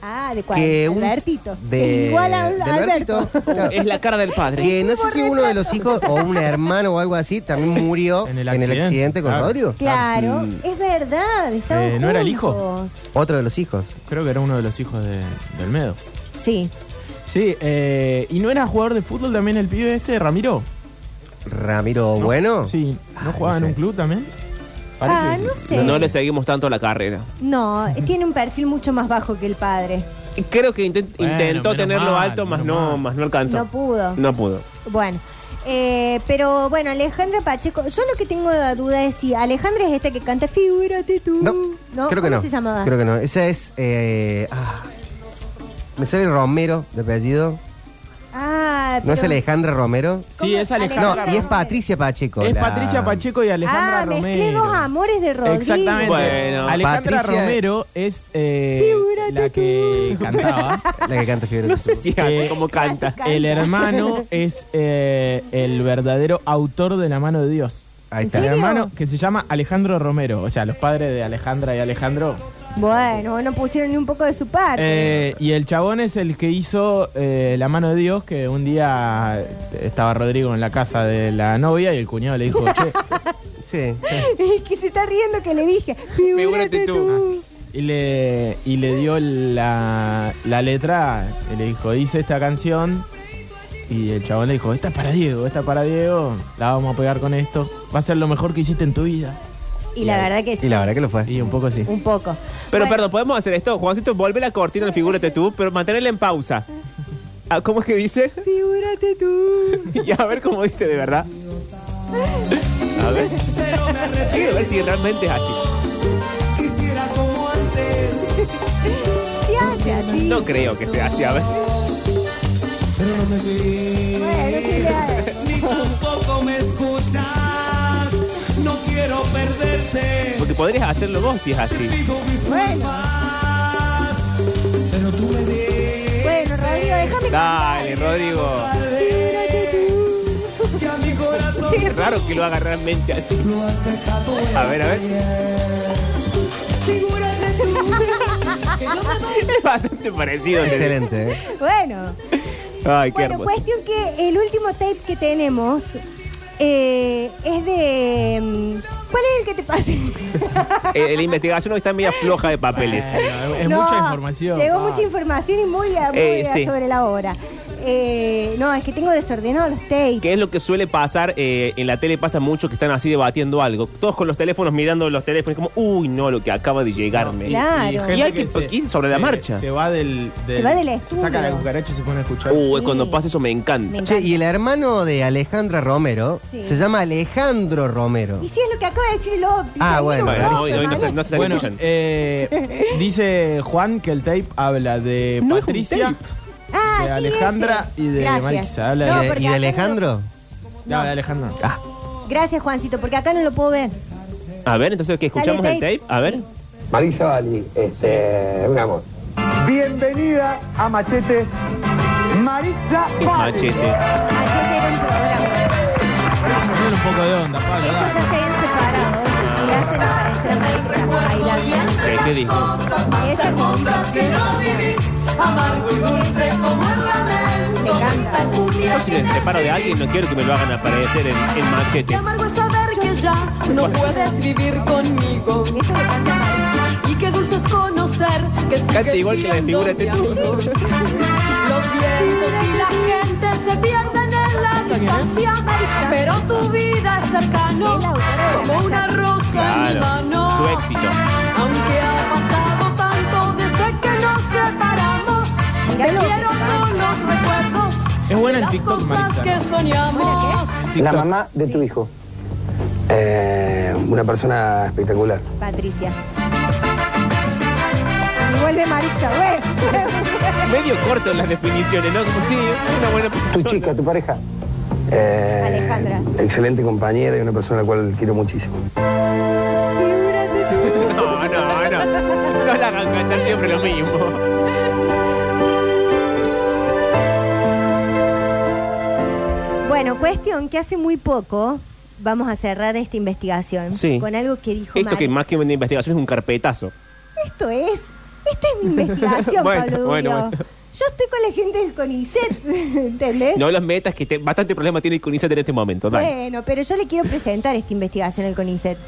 Speaker 1: Ah, de cuál?
Speaker 2: Que un-
Speaker 1: Albertito.
Speaker 2: de-
Speaker 1: Igual a, a
Speaker 2: de
Speaker 1: Alberto.
Speaker 3: Ah,
Speaker 2: Albertito. Claro.
Speaker 3: Es la cara del padre.
Speaker 2: Que no sé si uno de los hijos o un hermano o algo así también murió en el accidente, con
Speaker 4: claro.
Speaker 2: Rodrigo.
Speaker 1: Claro,
Speaker 4: Mm.
Speaker 1: es verdad, estaban
Speaker 4: Eh, ¿no era el
Speaker 1: juntos.
Speaker 4: hijo?
Speaker 2: Otro de los hijos.
Speaker 4: Creo que era uno de los hijos de, de Olmedo.
Speaker 1: Sí.
Speaker 4: Sí, eh, ¿y no era jugador de fútbol también el pibe este, Ramiro?
Speaker 2: Ramiro Bueno.
Speaker 4: Sí, Oh. ¿no
Speaker 2: Ah,
Speaker 4: jugaba
Speaker 2: no
Speaker 4: en
Speaker 2: sé.
Speaker 4: un club también? Parece
Speaker 1: ah,
Speaker 4: que
Speaker 1: no
Speaker 4: sí.
Speaker 1: sé.
Speaker 3: No le seguimos tanto la carrera.
Speaker 1: No, tiene un perfil mucho más bajo que el padre.
Speaker 3: Creo que intent-
Speaker 4: Bueno,
Speaker 3: intentó
Speaker 4: menos
Speaker 3: tenerlo
Speaker 4: mal,
Speaker 3: alto, más
Speaker 4: menos
Speaker 3: no,
Speaker 4: mal.
Speaker 3: más no alcanzó.
Speaker 1: No pudo.
Speaker 3: No pudo.
Speaker 1: Bueno, eh, pero bueno, Alejandra Pacheco, yo lo que tengo duda es si Alejandra es esta que canta Figúrate tú.
Speaker 2: No, creo que
Speaker 1: ¿Cómo
Speaker 2: no.
Speaker 1: se llamaba?
Speaker 2: Creo que no. Esa es. eh, ah, me sale Romero de apellido.
Speaker 1: Ah,
Speaker 2: ¿No es
Speaker 1: pero-
Speaker 2: Alejandra Romero?
Speaker 1: ¿Cómo
Speaker 4: Sí, es Alejandra.
Speaker 2: No,
Speaker 1: Alejandra
Speaker 2: y es
Speaker 1: Romero.
Speaker 2: Patricia Pacheco.
Speaker 4: Es
Speaker 2: la-
Speaker 4: Patricia Pacheco y Alejandra
Speaker 1: ah, mezclé
Speaker 4: Romero.
Speaker 1: dos amores de Rodrigo.
Speaker 4: Exactamente.
Speaker 3: Bueno.
Speaker 4: Alejandra
Speaker 2: Patricia-
Speaker 4: Romero es eh,
Speaker 1: Figúrate
Speaker 4: la que cantaba.
Speaker 2: La que canta Fiebre.
Speaker 3: No sé si es así
Speaker 4: Eh,
Speaker 3: como canta.
Speaker 4: El hermano es eh, el verdadero autor de La mano de Dios.
Speaker 2: Ahí
Speaker 1: ¿En
Speaker 2: está.
Speaker 4: El
Speaker 1: serio?
Speaker 4: hermano que se llama Alejandro Romero. O sea, los padres de Alejandra y Alejandro
Speaker 1: Bueno, no pusieron ni un poco de su parte.
Speaker 4: Eh, y el chabón es el que hizo eh, La mano de Dios, que un día eh, estaba Rodrigo en la casa de la novia y el cuñado le dijo, che,
Speaker 2: Sí.
Speaker 1: Y que se está riendo que le dije. Figúrate
Speaker 3: Figúrate tú".
Speaker 1: tú.
Speaker 4: y le, y le dio la, la letra, y le dijo, dice esta canción, y el chabón le dijo, esta es para Diego, esta es para Diego, la vamos a pegar con esto, va a ser lo mejor que hiciste en tu vida.
Speaker 1: Y la verdad que
Speaker 2: Ah. Y
Speaker 1: sí.
Speaker 2: la verdad que lo fue.
Speaker 4: Y un poco así. Eh,
Speaker 1: Un poco.
Speaker 3: Pero
Speaker 1: Bueno,
Speaker 3: perdón, podemos hacer esto. Juancito, vuelve la cortina en figúrate tú, pero mantenerla en pausa. Ah, ¿Cómo es que dice?
Speaker 1: Figúrate tú.
Speaker 3: Y a ver cómo dice de verdad. A ver. Quiero ver si realmente es así.
Speaker 1: ¿Qué hace así?
Speaker 3: No creo que sea así. A ver.
Speaker 1: Bueno, ¿qué le hace?
Speaker 3: Porque podrías hacerlo vos si es así.
Speaker 1: Bueno. Bueno, Rodrigo, déjame
Speaker 3: Dale,
Speaker 1: cantar.
Speaker 3: Rodrigo.
Speaker 1: Figúrate tú.
Speaker 3: Qué raro que lo haga realmente así. A ver, a ver. Es bastante parecido. te digo.
Speaker 2: Excelente. ¿eh?
Speaker 1: Bueno.
Speaker 3: Ay, qué
Speaker 1: Bueno,
Speaker 3: hermoso.
Speaker 1: cuestión que el último tape que tenemos eh, es de... mm, ¿Cuál es el que te pasé? pues.
Speaker 3: Eh, la investigación hoy está media floja de papeles.
Speaker 4: Bueno, es es
Speaker 1: No,
Speaker 4: mucha información.
Speaker 1: Llegó
Speaker 4: Ah.
Speaker 1: mucha información y muy, a- muy
Speaker 3: Eh,
Speaker 1: a-
Speaker 3: sí.
Speaker 1: sobre la hora. Eh, no, es que tengo desordenados los tapes.
Speaker 3: Que es lo que suele pasar eh, en la tele, pasa mucho que están así debatiendo algo. Todos con los teléfonos mirando los teléfonos, como, uy, no, lo que acaba de llegarme.
Speaker 1: Claro.
Speaker 4: gente
Speaker 3: Y hay que
Speaker 4: se-
Speaker 3: ir sobre la
Speaker 4: se-
Speaker 3: marcha.
Speaker 4: Se va del,
Speaker 1: Se va del estudio.
Speaker 4: saca la cucaracha y se pone a escuchar.
Speaker 3: Uy,
Speaker 1: Sí.
Speaker 3: cuando pasa eso me encanta.
Speaker 1: Me
Speaker 2: Che, y el hermano de Alejandra Romero
Speaker 1: Sí.
Speaker 2: se llama Alejandro Romero.
Speaker 1: Y si es lo que acaba de decir el óptico.
Speaker 2: Ah,
Speaker 1: mira,
Speaker 2: bueno,
Speaker 1: un
Speaker 3: Bueno,
Speaker 2: Hermoso,
Speaker 3: hoy, hoy no se, no se la
Speaker 4: bueno,
Speaker 3: escuchan.
Speaker 4: eh, dice Juan que el tape habla de
Speaker 3: No es un
Speaker 4: Patricia,
Speaker 3: tape.
Speaker 1: Ah,
Speaker 4: de
Speaker 1: sí,
Speaker 4: Alejandra
Speaker 1: ese.
Speaker 4: y de
Speaker 1: Gracias.
Speaker 4: Marisa. Habla
Speaker 1: No,
Speaker 2: ¿Y, de,
Speaker 1: porque
Speaker 2: Eh, y
Speaker 1: acá
Speaker 2: de Alejandro?
Speaker 4: no, de Alejandra.
Speaker 2: Ah,
Speaker 1: Gracias, Juancito, porque acá no lo puedo ver.
Speaker 3: A ver, entonces, ¿qué escuchamos
Speaker 1: Dale,
Speaker 3: el tape? A ver.
Speaker 5: Marisa Balbi, este, un amor.
Speaker 9: Bienvenida a Machete, Marisa
Speaker 3: Qué machete.
Speaker 1: Ayer era un programa.
Speaker 4: Ponle un poco de onda, Pablo.
Speaker 1: Ellos ya se
Speaker 4: dale.
Speaker 1: han separado y hacen aparecer a Marisa bailando.
Speaker 3: Che, qué disgusto.
Speaker 1: Y ella Me encanta.
Speaker 3: Yo si me separo de alguien, no quiero que me lo hagan aparecer en, en machetes.
Speaker 10: amargo saber que ya no puedes vivir conmigo
Speaker 1: Eso le canta Marisa.
Speaker 10: y qué dulce es conocer que
Speaker 3: Canta
Speaker 10: sigues
Speaker 3: igual que la de
Speaker 10: siendo
Speaker 3: Figúrate
Speaker 10: mi
Speaker 3: tú.
Speaker 10: amigo. Los vientos y la gente se pierden en la distancia, pero tu vida es cercano
Speaker 1: Es la autora de la
Speaker 10: como una
Speaker 1: Chaca.
Speaker 10: rosa en mi
Speaker 3: Claro,
Speaker 10: mano.
Speaker 3: su éxito.
Speaker 10: Aunque ha pasado tanto desde que nos separamos,
Speaker 1: Mirá
Speaker 10: te
Speaker 1: lo que
Speaker 10: quiero
Speaker 1: canta.
Speaker 10: con los recuerdos.
Speaker 4: Es buena
Speaker 10: de
Speaker 4: en
Speaker 10: las
Speaker 4: TikTok,
Speaker 10: cosas
Speaker 4: Maritza,
Speaker 10: que
Speaker 4: ¿no?
Speaker 10: soñamos.
Speaker 5: La
Speaker 4: TikTok.
Speaker 5: mamá de tu hijo. Eh, una persona espectacular.
Speaker 1: Patricia. Y vuelve Marisa, güey.
Speaker 3: Medio corto en las definiciones, ¿no? Como sí, una buena
Speaker 5: Tu
Speaker 3: persona.
Speaker 5: chica, tu pareja. Eh,
Speaker 1: Alejandra.
Speaker 5: Excelente compañera y una persona a la cual quiero muchísimo.
Speaker 3: No, no, no. No la hagan cantar siempre lo mismo.
Speaker 1: Bueno, cuestión que hace muy poco vamos a cerrar esta investigación
Speaker 3: Sí.
Speaker 1: con algo que dijo
Speaker 3: Esto que
Speaker 1: Marisa.
Speaker 3: más que una investigación es un carpetazo.
Speaker 1: Esto es, esta es mi investigación,
Speaker 3: Bueno,
Speaker 1: Pablo
Speaker 3: bueno,
Speaker 1: Durio.
Speaker 3: bueno.
Speaker 1: Yo estoy con la gente del CONICET, ¿entendés?
Speaker 3: No las metas que te- bastante problema tiene el CONICET en este momento. Dale.
Speaker 1: Bueno, pero yo le quiero presentar esta investigación al CONICET.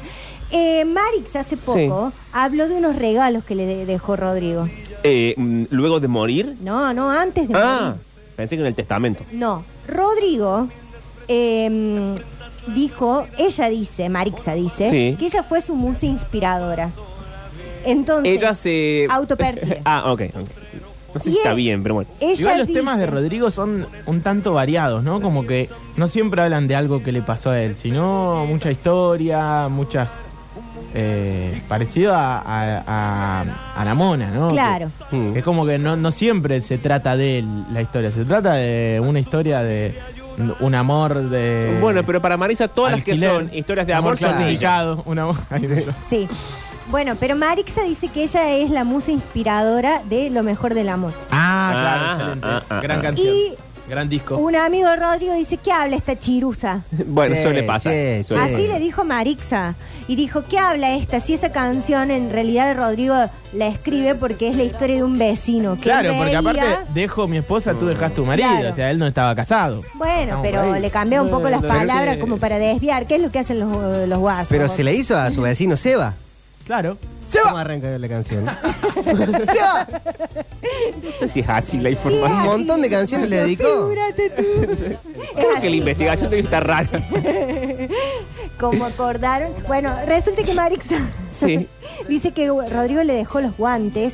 Speaker 1: Eh, Marix hace poco habló de unos regalos que le de- dejó Rodrigo.
Speaker 3: Eh, mm, luego de morir.
Speaker 1: No, no, antes de
Speaker 3: Ah,
Speaker 1: morir.
Speaker 3: pensé que en el testamento.
Speaker 1: No, Rodrigo eh, dijo, ella dice, Marixa dice,
Speaker 3: Sí.
Speaker 1: que ella fue su musa inspiradora. Entonces,
Speaker 3: Ella se.
Speaker 1: Autopercibe.
Speaker 3: ah, ok. ok. No sé si
Speaker 1: Y
Speaker 3: está
Speaker 1: él-
Speaker 3: bien, pero bueno.
Speaker 1: ella
Speaker 4: Igual los
Speaker 1: dice-
Speaker 4: temas de Rodrigo son un tanto variados, ¿no? Como que no siempre hablan de algo que le pasó a él, sino mucha historia, muchas... Eh, parecido a, a- a- a la mona, ¿no?
Speaker 1: Claro.
Speaker 4: Que-
Speaker 3: Mm.
Speaker 4: que es como que no, no siempre se trata de él la historia, se trata de una historia de un amor de...
Speaker 3: Bueno, pero para Marisa, todas las que son historias de amor, son ellas.
Speaker 4: clasificado, un amor... Ay, pero-
Speaker 1: Sí. Bueno, pero Marixa dice que ella es la musa inspiradora de lo mejor del amor.
Speaker 4: Ah,
Speaker 3: Ah,
Speaker 4: claro, excelente.
Speaker 3: ah, ah,
Speaker 4: Gran
Speaker 3: ah.
Speaker 4: canción.
Speaker 1: Y
Speaker 4: Gran disco.
Speaker 1: Un amigo de Rodrigo dice, ¿qué habla esta chirusa?
Speaker 3: Bueno,
Speaker 2: Sí,
Speaker 3: suele pasar.
Speaker 2: sí,
Speaker 3: Suele-
Speaker 2: sí.
Speaker 1: Así le dijo Marixa. Y dijo, ¿qué habla esta? Si esa canción en realidad Rodrigo la escribe porque es la historia de un vecino. que
Speaker 4: Claro,
Speaker 1: él
Speaker 4: porque
Speaker 1: veía-
Speaker 4: aparte dejo mi esposa, tú dejas tu marido,
Speaker 1: Claro.
Speaker 4: o sea, él no estaba casado.
Speaker 1: Bueno, pero le cambió un poco las palabras como para desviar. ¿Qué es lo que hacen los, eh, los guasos?
Speaker 2: Pero se le hizo a su vecino Seba.
Speaker 4: Claro.
Speaker 2: ¿Cómo arranca la canción?
Speaker 3: No sé si es así la
Speaker 2: Un
Speaker 3: información.
Speaker 2: montón de canciones le dedicó.
Speaker 1: Figúrate tú.
Speaker 3: Creo que la investigación debe estar rara.
Speaker 1: Como acordaron. Bueno, resulta que Marixa
Speaker 3: Sí.
Speaker 1: dice que Rodrigo le dejó los guantes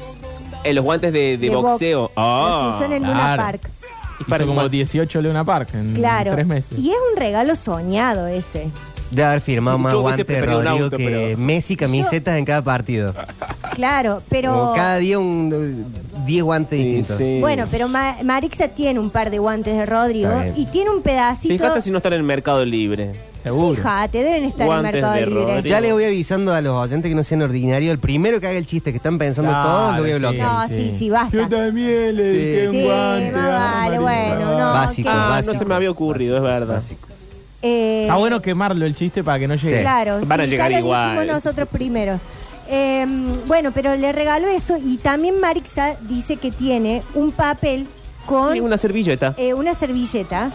Speaker 3: Eh, los guantes de, de
Speaker 1: de
Speaker 3: boxeo.
Speaker 1: box. Los
Speaker 3: Ah.
Speaker 1: que usan en Luna
Speaker 4: claro.
Speaker 1: Park.
Speaker 3: Y
Speaker 4: Hizo
Speaker 3: para
Speaker 4: como 18 Luna Park en
Speaker 1: Claro.
Speaker 4: tres meses.
Speaker 1: Y es un regalo soñado ese.
Speaker 2: De haber firmado más
Speaker 3: Yo hubiese
Speaker 2: guantes
Speaker 3: preferido un
Speaker 2: Rodrigo
Speaker 3: auto,
Speaker 2: que
Speaker 3: pero-
Speaker 2: Messi camisetas en cada partido.
Speaker 1: Claro, pero.
Speaker 2: Como cada día un 10 guantes distintos.
Speaker 1: Bueno, pero Ma- Marixa tiene un par de guantes de Rodrigo
Speaker 2: Está bien.
Speaker 1: y tiene un pedacito.
Speaker 3: Fíjate si no están en el mercado libre.
Speaker 4: Seguro.
Speaker 1: Fíjate, deben estar en
Speaker 3: Guantes de
Speaker 1: Mercado Libre.
Speaker 3: Rodrigo.
Speaker 2: Ya les voy avisando a los oyentes que no sean ordinarios. El primero que haga el chiste que están pensando
Speaker 4: Claro,
Speaker 2: todos, lo voy a
Speaker 4: sí.
Speaker 2: bloquear.
Speaker 1: No, sí, sí, basta.
Speaker 4: también le
Speaker 3: Sí. dediqué un
Speaker 1: Sí, más vale, bueno, no. eh.
Speaker 2: Básico,
Speaker 1: que-
Speaker 3: Ah,
Speaker 2: básico.
Speaker 3: no se me había ocurrido, es verdad.
Speaker 1: Eh,
Speaker 4: Está bueno quemarlo el chiste para que no llegue.
Speaker 1: Claro,
Speaker 3: Van a
Speaker 1: sí,
Speaker 3: llegar
Speaker 1: ya lo
Speaker 3: igual.
Speaker 1: dijimos nosotros primero. Eh, bueno, pero le regaló eso y también Marixa dice que tiene un papel con
Speaker 3: Sí, una servilleta.
Speaker 1: eh, una servilleta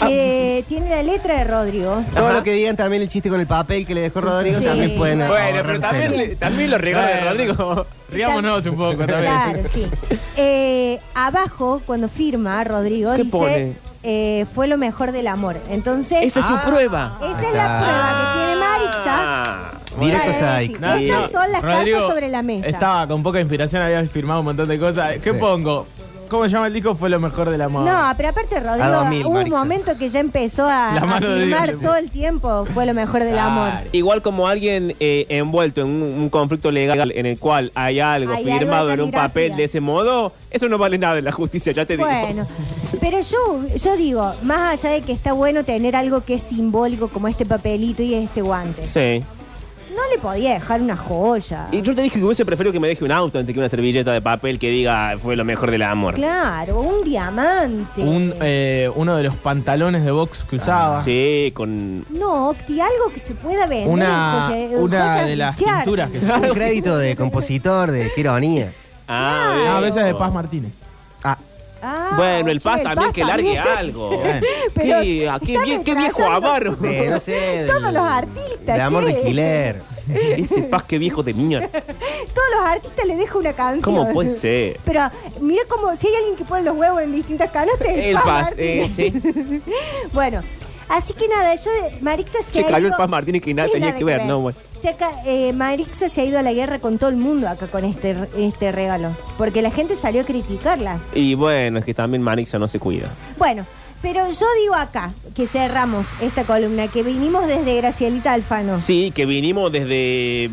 Speaker 1: que tiene la letra de Rodrigo.
Speaker 2: Todo
Speaker 3: Ajá.
Speaker 2: lo que digan también el chiste con el papel que le dejó Rodrigo
Speaker 1: Sí.
Speaker 2: también pueden
Speaker 1: Ah,
Speaker 3: Bueno, pero
Speaker 2: ahorrárselo.
Speaker 3: también, le- también los regalos de Rodrigo.
Speaker 4: Riámonos un poco también.
Speaker 1: Claro, sí. Eh, abajo, cuando firma Rodrigo,
Speaker 3: ¿Qué
Speaker 1: dice,
Speaker 3: pone?
Speaker 1: eh, fue lo mejor del amor. Entonces,
Speaker 3: Esa es su
Speaker 1: Ah,
Speaker 3: prueba.
Speaker 1: esa
Speaker 2: Ahí
Speaker 1: es la
Speaker 2: está.
Speaker 1: prueba que tiene Marixa.
Speaker 3: Ah.
Speaker 2: Ah. Directo
Speaker 1: Claro,
Speaker 2: Sadaic.
Speaker 1: sí. Estas son las
Speaker 4: Rodrigo
Speaker 1: cartas sobre la mesa.
Speaker 4: Estaba con poca inspiración, había firmado un montón de cosas. ¿Qué
Speaker 2: Sí.
Speaker 4: pongo? ¿Cómo se llama el disco? Fue lo mejor de la moda.
Speaker 1: No, pero aparte Rodrigo,
Speaker 2: A 2000,
Speaker 1: hubo un
Speaker 2: Marixa.
Speaker 1: momento que ya empezó a,
Speaker 4: La
Speaker 1: a
Speaker 4: mano de
Speaker 1: firmar
Speaker 4: Dios.
Speaker 1: todo el tiempo, fue lo mejor del amor.
Speaker 4: Claro.
Speaker 3: Igual como alguien eh, envuelto en un, un conflicto legal en el cual hay algo
Speaker 1: Hay algo
Speaker 3: firmado
Speaker 1: de
Speaker 3: en un
Speaker 1: caligrafía.
Speaker 3: papel de ese modo, eso no vale nada en la justicia, ya te digo.
Speaker 1: Bueno, pero yo, yo digo, más allá de que está bueno tener algo que es simbólico como este papelito y este guante,
Speaker 3: Sí.
Speaker 1: no le podía dejar una joya.
Speaker 3: Y yo te dije que hubiese preferido que me deje un auto antes que una servilleta de papel que diga fue lo mejor del amor.
Speaker 1: Claro, un diamante.
Speaker 4: Un, eh, uno de los pantalones de box que usaba.
Speaker 3: Sí, con.
Speaker 1: No, Octi, algo que se pueda vender.
Speaker 4: Una,
Speaker 1: en joye- en
Speaker 4: una
Speaker 1: joyas
Speaker 4: de las
Speaker 1: Richard.
Speaker 4: pinturas que
Speaker 2: Un crédito de compositor, de qué ironía.
Speaker 3: Ah,
Speaker 4: No, a
Speaker 3: eso.
Speaker 4: veces de Paz Martínez.
Speaker 2: Ah,
Speaker 1: Ah,
Speaker 3: Bueno, el
Speaker 1: che,
Speaker 3: paz también que largue
Speaker 1: también.
Speaker 3: algo.
Speaker 4: Bueno.
Speaker 1: Pero
Speaker 3: ¿Qué, a qué,
Speaker 1: está
Speaker 3: bien- qué viejo
Speaker 1: retrasando
Speaker 3: avaro.
Speaker 2: de, no sé. del-
Speaker 1: Todos los artistas,
Speaker 2: De amor
Speaker 1: che.
Speaker 2: de alquiler.
Speaker 3: Ese paz que viejo de niño.
Speaker 1: Todos los artistas le dejo una canción.
Speaker 3: ¿Cómo puede ser?
Speaker 1: Pero mira cómo, si hay alguien que pone los huevos en distintas canastas, es
Speaker 3: El Paz,
Speaker 1: Martínez.
Speaker 3: eh,
Speaker 1: bueno, así que nada, yo, Marixa se
Speaker 3: Se
Speaker 1: ha
Speaker 3: cayó
Speaker 1: ido-
Speaker 3: el Paz Martínez que nada tenía que ver, ¿no? Bueno.
Speaker 1: Se ca- eh, Marixa se ha ido a la guerra con todo el mundo acá con este, este regalo, porque la gente salió a criticarla.
Speaker 3: Y bueno, es que también Manixa no se cuida.
Speaker 1: Bueno, pero yo digo acá que cerramos esta columna, que vinimos desde Gracielita Alfano.
Speaker 3: Sí, que vinimos desde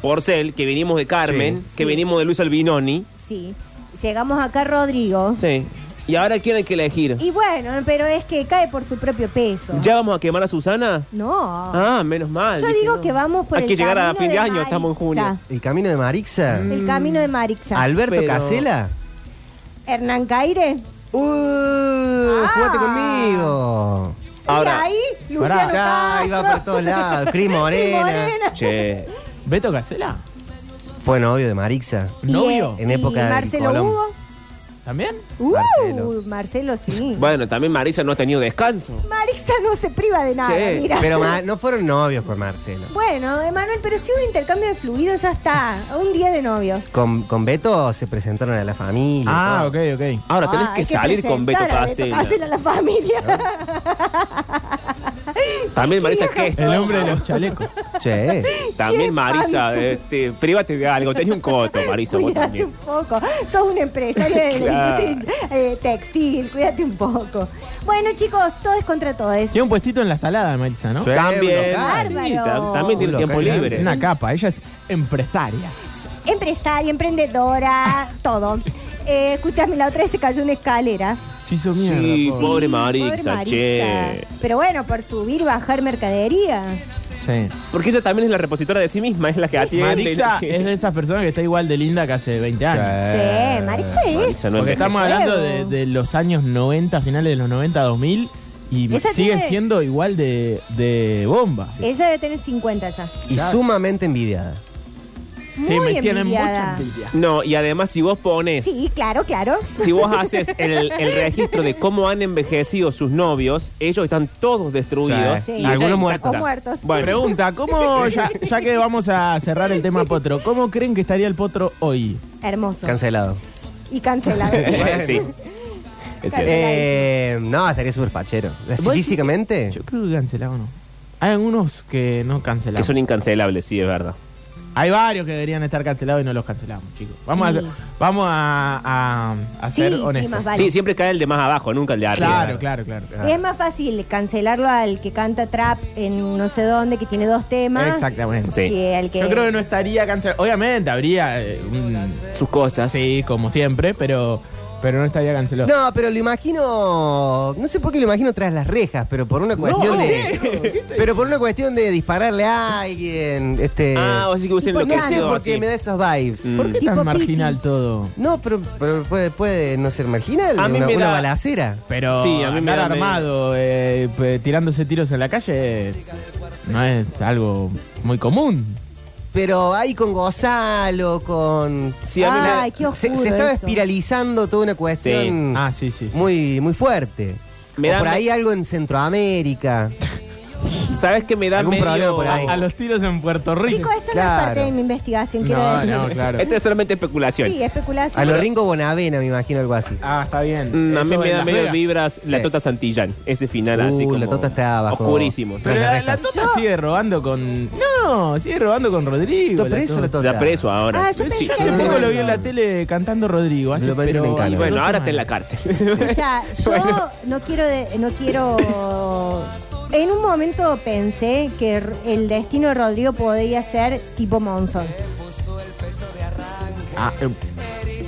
Speaker 3: Porcel, que vinimos de Carmen, que
Speaker 1: Sí.
Speaker 3: vinimos de Luis Albinoni.
Speaker 1: Sí. Llegamos acá Rodrigo.
Speaker 3: Sí. Y ahora quién hay que elegir.
Speaker 1: Y bueno, pero es que cae por su propio peso.
Speaker 3: ¿Ya vamos a quemar a Susana?
Speaker 1: No.
Speaker 3: Ah, menos mal.
Speaker 1: Yo
Speaker 3: dije,
Speaker 1: digo
Speaker 3: no.
Speaker 1: que vamos por
Speaker 3: Hay
Speaker 1: el
Speaker 3: que llegar a
Speaker 1: camino
Speaker 3: fin de, año,
Speaker 1: Marixa.
Speaker 3: estamos en junio.
Speaker 2: El camino de Marixa.
Speaker 1: El camino de Marixa.
Speaker 2: Alberto
Speaker 3: Pero-
Speaker 2: Casela.
Speaker 1: Hernán Caire.
Speaker 2: Uh, jugate conmigo.
Speaker 1: y
Speaker 3: Ahora,
Speaker 1: ahí, Ah. Luciano
Speaker 2: Pará, ahí va
Speaker 1: Castro.
Speaker 2: por todos lados. Cris
Speaker 1: Cris
Speaker 2: Morena.
Speaker 1: Morena.
Speaker 3: che,
Speaker 4: ¿Beto Casela?
Speaker 2: Fue novio de Marixa.
Speaker 4: ¿Novio?
Speaker 1: Y,
Speaker 2: En época
Speaker 1: y
Speaker 2: de
Speaker 1: Marcelo
Speaker 2: Colón.
Speaker 1: Hugo.
Speaker 4: ¿También?
Speaker 1: Uh, Marcelo.
Speaker 2: Marcelo.
Speaker 1: sí.
Speaker 3: bueno, también Marisa no ha tenido descanso.
Speaker 1: Marixa no se priva de nada,
Speaker 3: Che,
Speaker 1: mira.
Speaker 2: Pero ma- no fueron novios con Marcelo.
Speaker 1: Bueno, Emanuel, pero si un intercambio de fluidos ya está. Un día de novios.
Speaker 2: Con, con Beto se presentaron a la familia.
Speaker 4: Ah,
Speaker 2: todo.
Speaker 4: ok, ok.
Speaker 3: Ahora tenés
Speaker 1: Ah,
Speaker 3: que
Speaker 1: hay
Speaker 3: salir con Beto
Speaker 1: presentar a
Speaker 3: Casella.
Speaker 1: Casella a la familia.
Speaker 3: También Marisa que
Speaker 4: El hombre de los chalecos.
Speaker 2: Che.
Speaker 3: también
Speaker 1: Qué
Speaker 3: Marisa,
Speaker 1: espanto.
Speaker 3: este, private de algo, tenés un coto, Marisa, vos
Speaker 1: Cuídate
Speaker 3: también.
Speaker 1: un poco. Sos un empresario de la
Speaker 3: Claro.
Speaker 1: industria eh, textil. Cuídate un poco. Bueno, chicos, todo es contra todo. Es
Speaker 4: Tiene un puestito en la salada, Marisa, ¿no?
Speaker 2: Sí.
Speaker 3: También,
Speaker 2: Bárbaro.
Speaker 3: sí, ta- también tiene
Speaker 2: Un
Speaker 3: tiempo
Speaker 2: local grande.
Speaker 3: libre.
Speaker 4: Una capa, ella es empresaria.
Speaker 1: empresaria, emprendedora, todo. Eh, escúchame, la otra vez se cayó una escalera.
Speaker 4: Sí, hizo mierda.
Speaker 3: Sí,
Speaker 4: po.
Speaker 3: pobre
Speaker 1: Sí,
Speaker 3: Marisa,
Speaker 1: pobre Marixa.
Speaker 3: che.
Speaker 1: Pero bueno, por subir, bajar mercadería.
Speaker 4: Sí.
Speaker 3: Porque ella también es la repositora de sí misma, es la que atiende.
Speaker 4: Marixa
Speaker 3: y-
Speaker 4: es de esas personas que está igual de linda que hace 20 años.
Speaker 3: Eh,
Speaker 1: Sí, Marixa es.
Speaker 3: Marixa no
Speaker 4: Porque
Speaker 3: envejece.
Speaker 4: estamos
Speaker 1: Nuevo.
Speaker 4: hablando de, de los años 90, finales de los 90, 2000, y
Speaker 1: Esa
Speaker 4: sigue
Speaker 1: tiene-
Speaker 4: siendo igual de, de bomba.
Speaker 1: Ella debe tener 50 ya.
Speaker 2: Y sumamente envidiada.
Speaker 1: Muy
Speaker 4: Sí, me tienen
Speaker 1: envidiada.
Speaker 4: mucha envidia.
Speaker 3: No, y además si vos pones,
Speaker 1: Sí, claro, claro.
Speaker 3: si vos haces el, el registro de cómo han envejecido sus novios, ellos están todos destruidos.
Speaker 1: Sí.
Speaker 3: y
Speaker 1: Sí.
Speaker 3: ella
Speaker 2: Algunos
Speaker 3: intacta.
Speaker 2: muertos.
Speaker 1: O muertos.
Speaker 3: Bueno.
Speaker 4: Pregunta, ¿cómo, ya, ya que vamos a cerrar el tema potro, ¿cómo creen que estaría el potro hoy?
Speaker 1: Hermoso.
Speaker 2: Cancelado.
Speaker 1: y cancelado.
Speaker 3: sí. Es cierto.
Speaker 2: Eh, no, estaría súper fachero. Así
Speaker 4: ¿Vos decís
Speaker 2: físicamente,
Speaker 4: Yo creo que cancelado no. Hay algunos que no
Speaker 3: Que
Speaker 4: cancelaron.
Speaker 3: son incancelables, sí, es verdad.
Speaker 4: Hay varios que deberían estar cancelados y no los cancelamos, chicos. Vamos a, vamos a, a- a
Speaker 1: Sí,
Speaker 4: ser
Speaker 1: sí,
Speaker 4: honestos.
Speaker 1: más vale.
Speaker 3: Sí, siempre cae el de más abajo, nunca el de arriba.
Speaker 4: claro, claro, claro, claro.
Speaker 1: Es más fácil cancelarlo al que canta trap en no sé dónde, que tiene dos temas.
Speaker 4: Exactamente.
Speaker 3: Sí.
Speaker 1: Que al que...
Speaker 4: Yo creo que no estaría cancelado. Obviamente habría eh, un-
Speaker 3: Sus cosas.
Speaker 4: sí, como siempre, pero, pero no estaría cancelado.
Speaker 2: No, pero lo imagino. No sé por qué lo imagino tras las rejas, pero por una cuestión de. Pero por una cuestión de dispararle a alguien. Este.
Speaker 3: Ah, o así que hubiesen
Speaker 2: no sé
Speaker 3: enloquecido,
Speaker 2: por
Speaker 3: así.
Speaker 2: qué me da esos vibes.
Speaker 3: Mm.
Speaker 4: ¿Por qué
Speaker 1: Tipo
Speaker 4: tan marginal
Speaker 1: Piti.
Speaker 4: todo?
Speaker 2: No, pero, pero puede, puede no ser marginal.
Speaker 3: A mí
Speaker 2: una,
Speaker 3: me
Speaker 2: una
Speaker 3: da-
Speaker 2: balacera.
Speaker 4: Pero
Speaker 3: Sí, a mí me
Speaker 4: andar
Speaker 3: da medio-
Speaker 4: armado, eh, p- tirándose tiros en la calle, no es algo muy común.
Speaker 2: Pero ahí con Gonzalo, con.
Speaker 3: Sí, a mí
Speaker 1: Ay,
Speaker 2: la-
Speaker 1: qué oscuro
Speaker 2: se, se estaba
Speaker 1: eso.
Speaker 2: espiralizando toda una cuestión
Speaker 4: Ah, sí, sí. sí.
Speaker 2: Mm. muy, muy fuerte.
Speaker 3: Me
Speaker 2: O
Speaker 3: da-
Speaker 2: por ahí algo en Centroamérica.
Speaker 3: ¿Sabes qué me da
Speaker 2: Algún
Speaker 3: medio... Ah,
Speaker 2: problema por ahí.
Speaker 4: Oh, A los tiros en Puerto Rico.
Speaker 1: Chicos, esto no es
Speaker 2: Claro.
Speaker 1: parte de mi investigación, quiero
Speaker 4: No,
Speaker 1: decir.
Speaker 4: no, claro.
Speaker 2: Este-
Speaker 3: Esto es solamente especulación. Mm,
Speaker 1: Sí, especulación.
Speaker 2: A los Ringo Bonavena, me imagino algo así.
Speaker 4: Ah, está bien.
Speaker 3: Mm, a mí
Speaker 4: Eso
Speaker 3: me
Speaker 4: en
Speaker 3: da
Speaker 4: Las
Speaker 3: medio
Speaker 4: Vegas.
Speaker 3: vibras la
Speaker 2: Sí.
Speaker 3: Tota Santillán. Ese final
Speaker 2: Uh,
Speaker 3: así como...
Speaker 2: la Tota está abajo.
Speaker 3: Oscurísimo.
Speaker 2: Pero
Speaker 4: Pero
Speaker 2: las
Speaker 4: la, la
Speaker 2: rejas.
Speaker 4: Tota sigue robando con. No, sigue robando con Rodrigo.
Speaker 2: Está preso la
Speaker 4: Tota.
Speaker 2: Tota.
Speaker 3: Está preso ahora.
Speaker 1: Ah, yo pensé
Speaker 4: Yo
Speaker 1: que
Speaker 4: hace
Speaker 1: no.
Speaker 4: poco lo vi en la tele cantando Rodrigo. Hace,
Speaker 2: Lo parece
Speaker 4: pero,
Speaker 2: un
Speaker 3: Y
Speaker 2: encanto.
Speaker 3: bueno,
Speaker 4: dos
Speaker 3: ahora está en la
Speaker 4: semanas.
Speaker 3: cárcel.
Speaker 1: Escuchá, yo no quiero, de- no quiero. En un momento pensé que r- el destino de Rodrigo podía ser tipo Monzón.
Speaker 4: Ah, eh,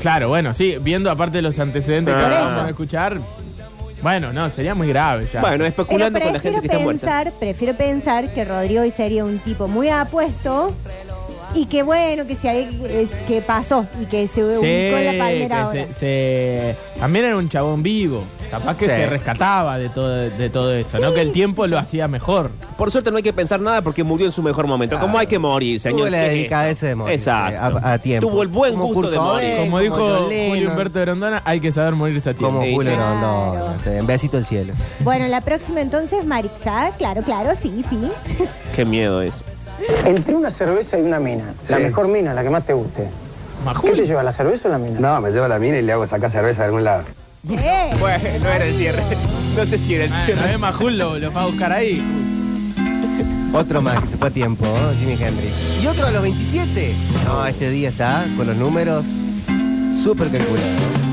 Speaker 4: claro, bueno, sí, viendo aparte los antecedentes
Speaker 3: Por
Speaker 4: que ahora
Speaker 1: eso.
Speaker 4: vamos a escuchar. Bueno, no, sería muy grave ya.
Speaker 3: bueno,
Speaker 1: Pero
Speaker 3: especulando con la
Speaker 1: prefiero
Speaker 3: gente que está muerta.
Speaker 1: pensar, prefiero pensar que Rodrigo hoy sería un tipo muy apuesto y que bueno que si hay- es que pasó y que se ubicó en la palmera
Speaker 4: que
Speaker 1: ahora.
Speaker 4: se, se- también era un chabón vivo. Capaz que
Speaker 2: Sí.
Speaker 4: se rescataba de todo, de todo eso, ¿no? Que el tiempo lo hacía mejor.
Speaker 3: Por suerte no hay que pensar nada porque murió en su mejor momento. ¿Cómo hay que morir, señor?
Speaker 2: Tuvo la
Speaker 3: ¿Qué es
Speaker 2: delicadeza
Speaker 3: esto?
Speaker 2: de morir. eh,
Speaker 3: Exacto.
Speaker 2: A, a tiempo.
Speaker 3: Tuvo el buen
Speaker 2: Como
Speaker 3: gusto
Speaker 2: Kurt
Speaker 3: de
Speaker 2: Cobain,
Speaker 3: morir.
Speaker 4: Como dijo
Speaker 2: John Lennon,
Speaker 4: Julio Humberto de Rondona, hay que saber morirse a tiempo.
Speaker 2: Como
Speaker 3: Sí,
Speaker 2: Julio
Speaker 3: sí.
Speaker 2: Rondón. En besito al cielo.
Speaker 1: Bueno, la próxima entonces, Marixa, claro, claro, sí, sí.
Speaker 3: Qué miedo eso.
Speaker 9: Entre una cerveza y una mina, la mejor mina, la que más te guste. ¿Qué
Speaker 4: Majul.
Speaker 9: te lleva, la cerveza o la mina?
Speaker 5: No, me llevo la mina y le hago sacar cerveza de algún lado.
Speaker 1: Eh,
Speaker 3: Bueno, no era el cierre. No sé si era el
Speaker 4: Bueno,
Speaker 3: cierre.
Speaker 4: ¿eh? Majul lo, lo va a buscar ahí.
Speaker 2: Otro más que se fue a tiempo, ¿no? Jimi Hendrix. Y otro a los 27. No, este día está con los números súper calculados.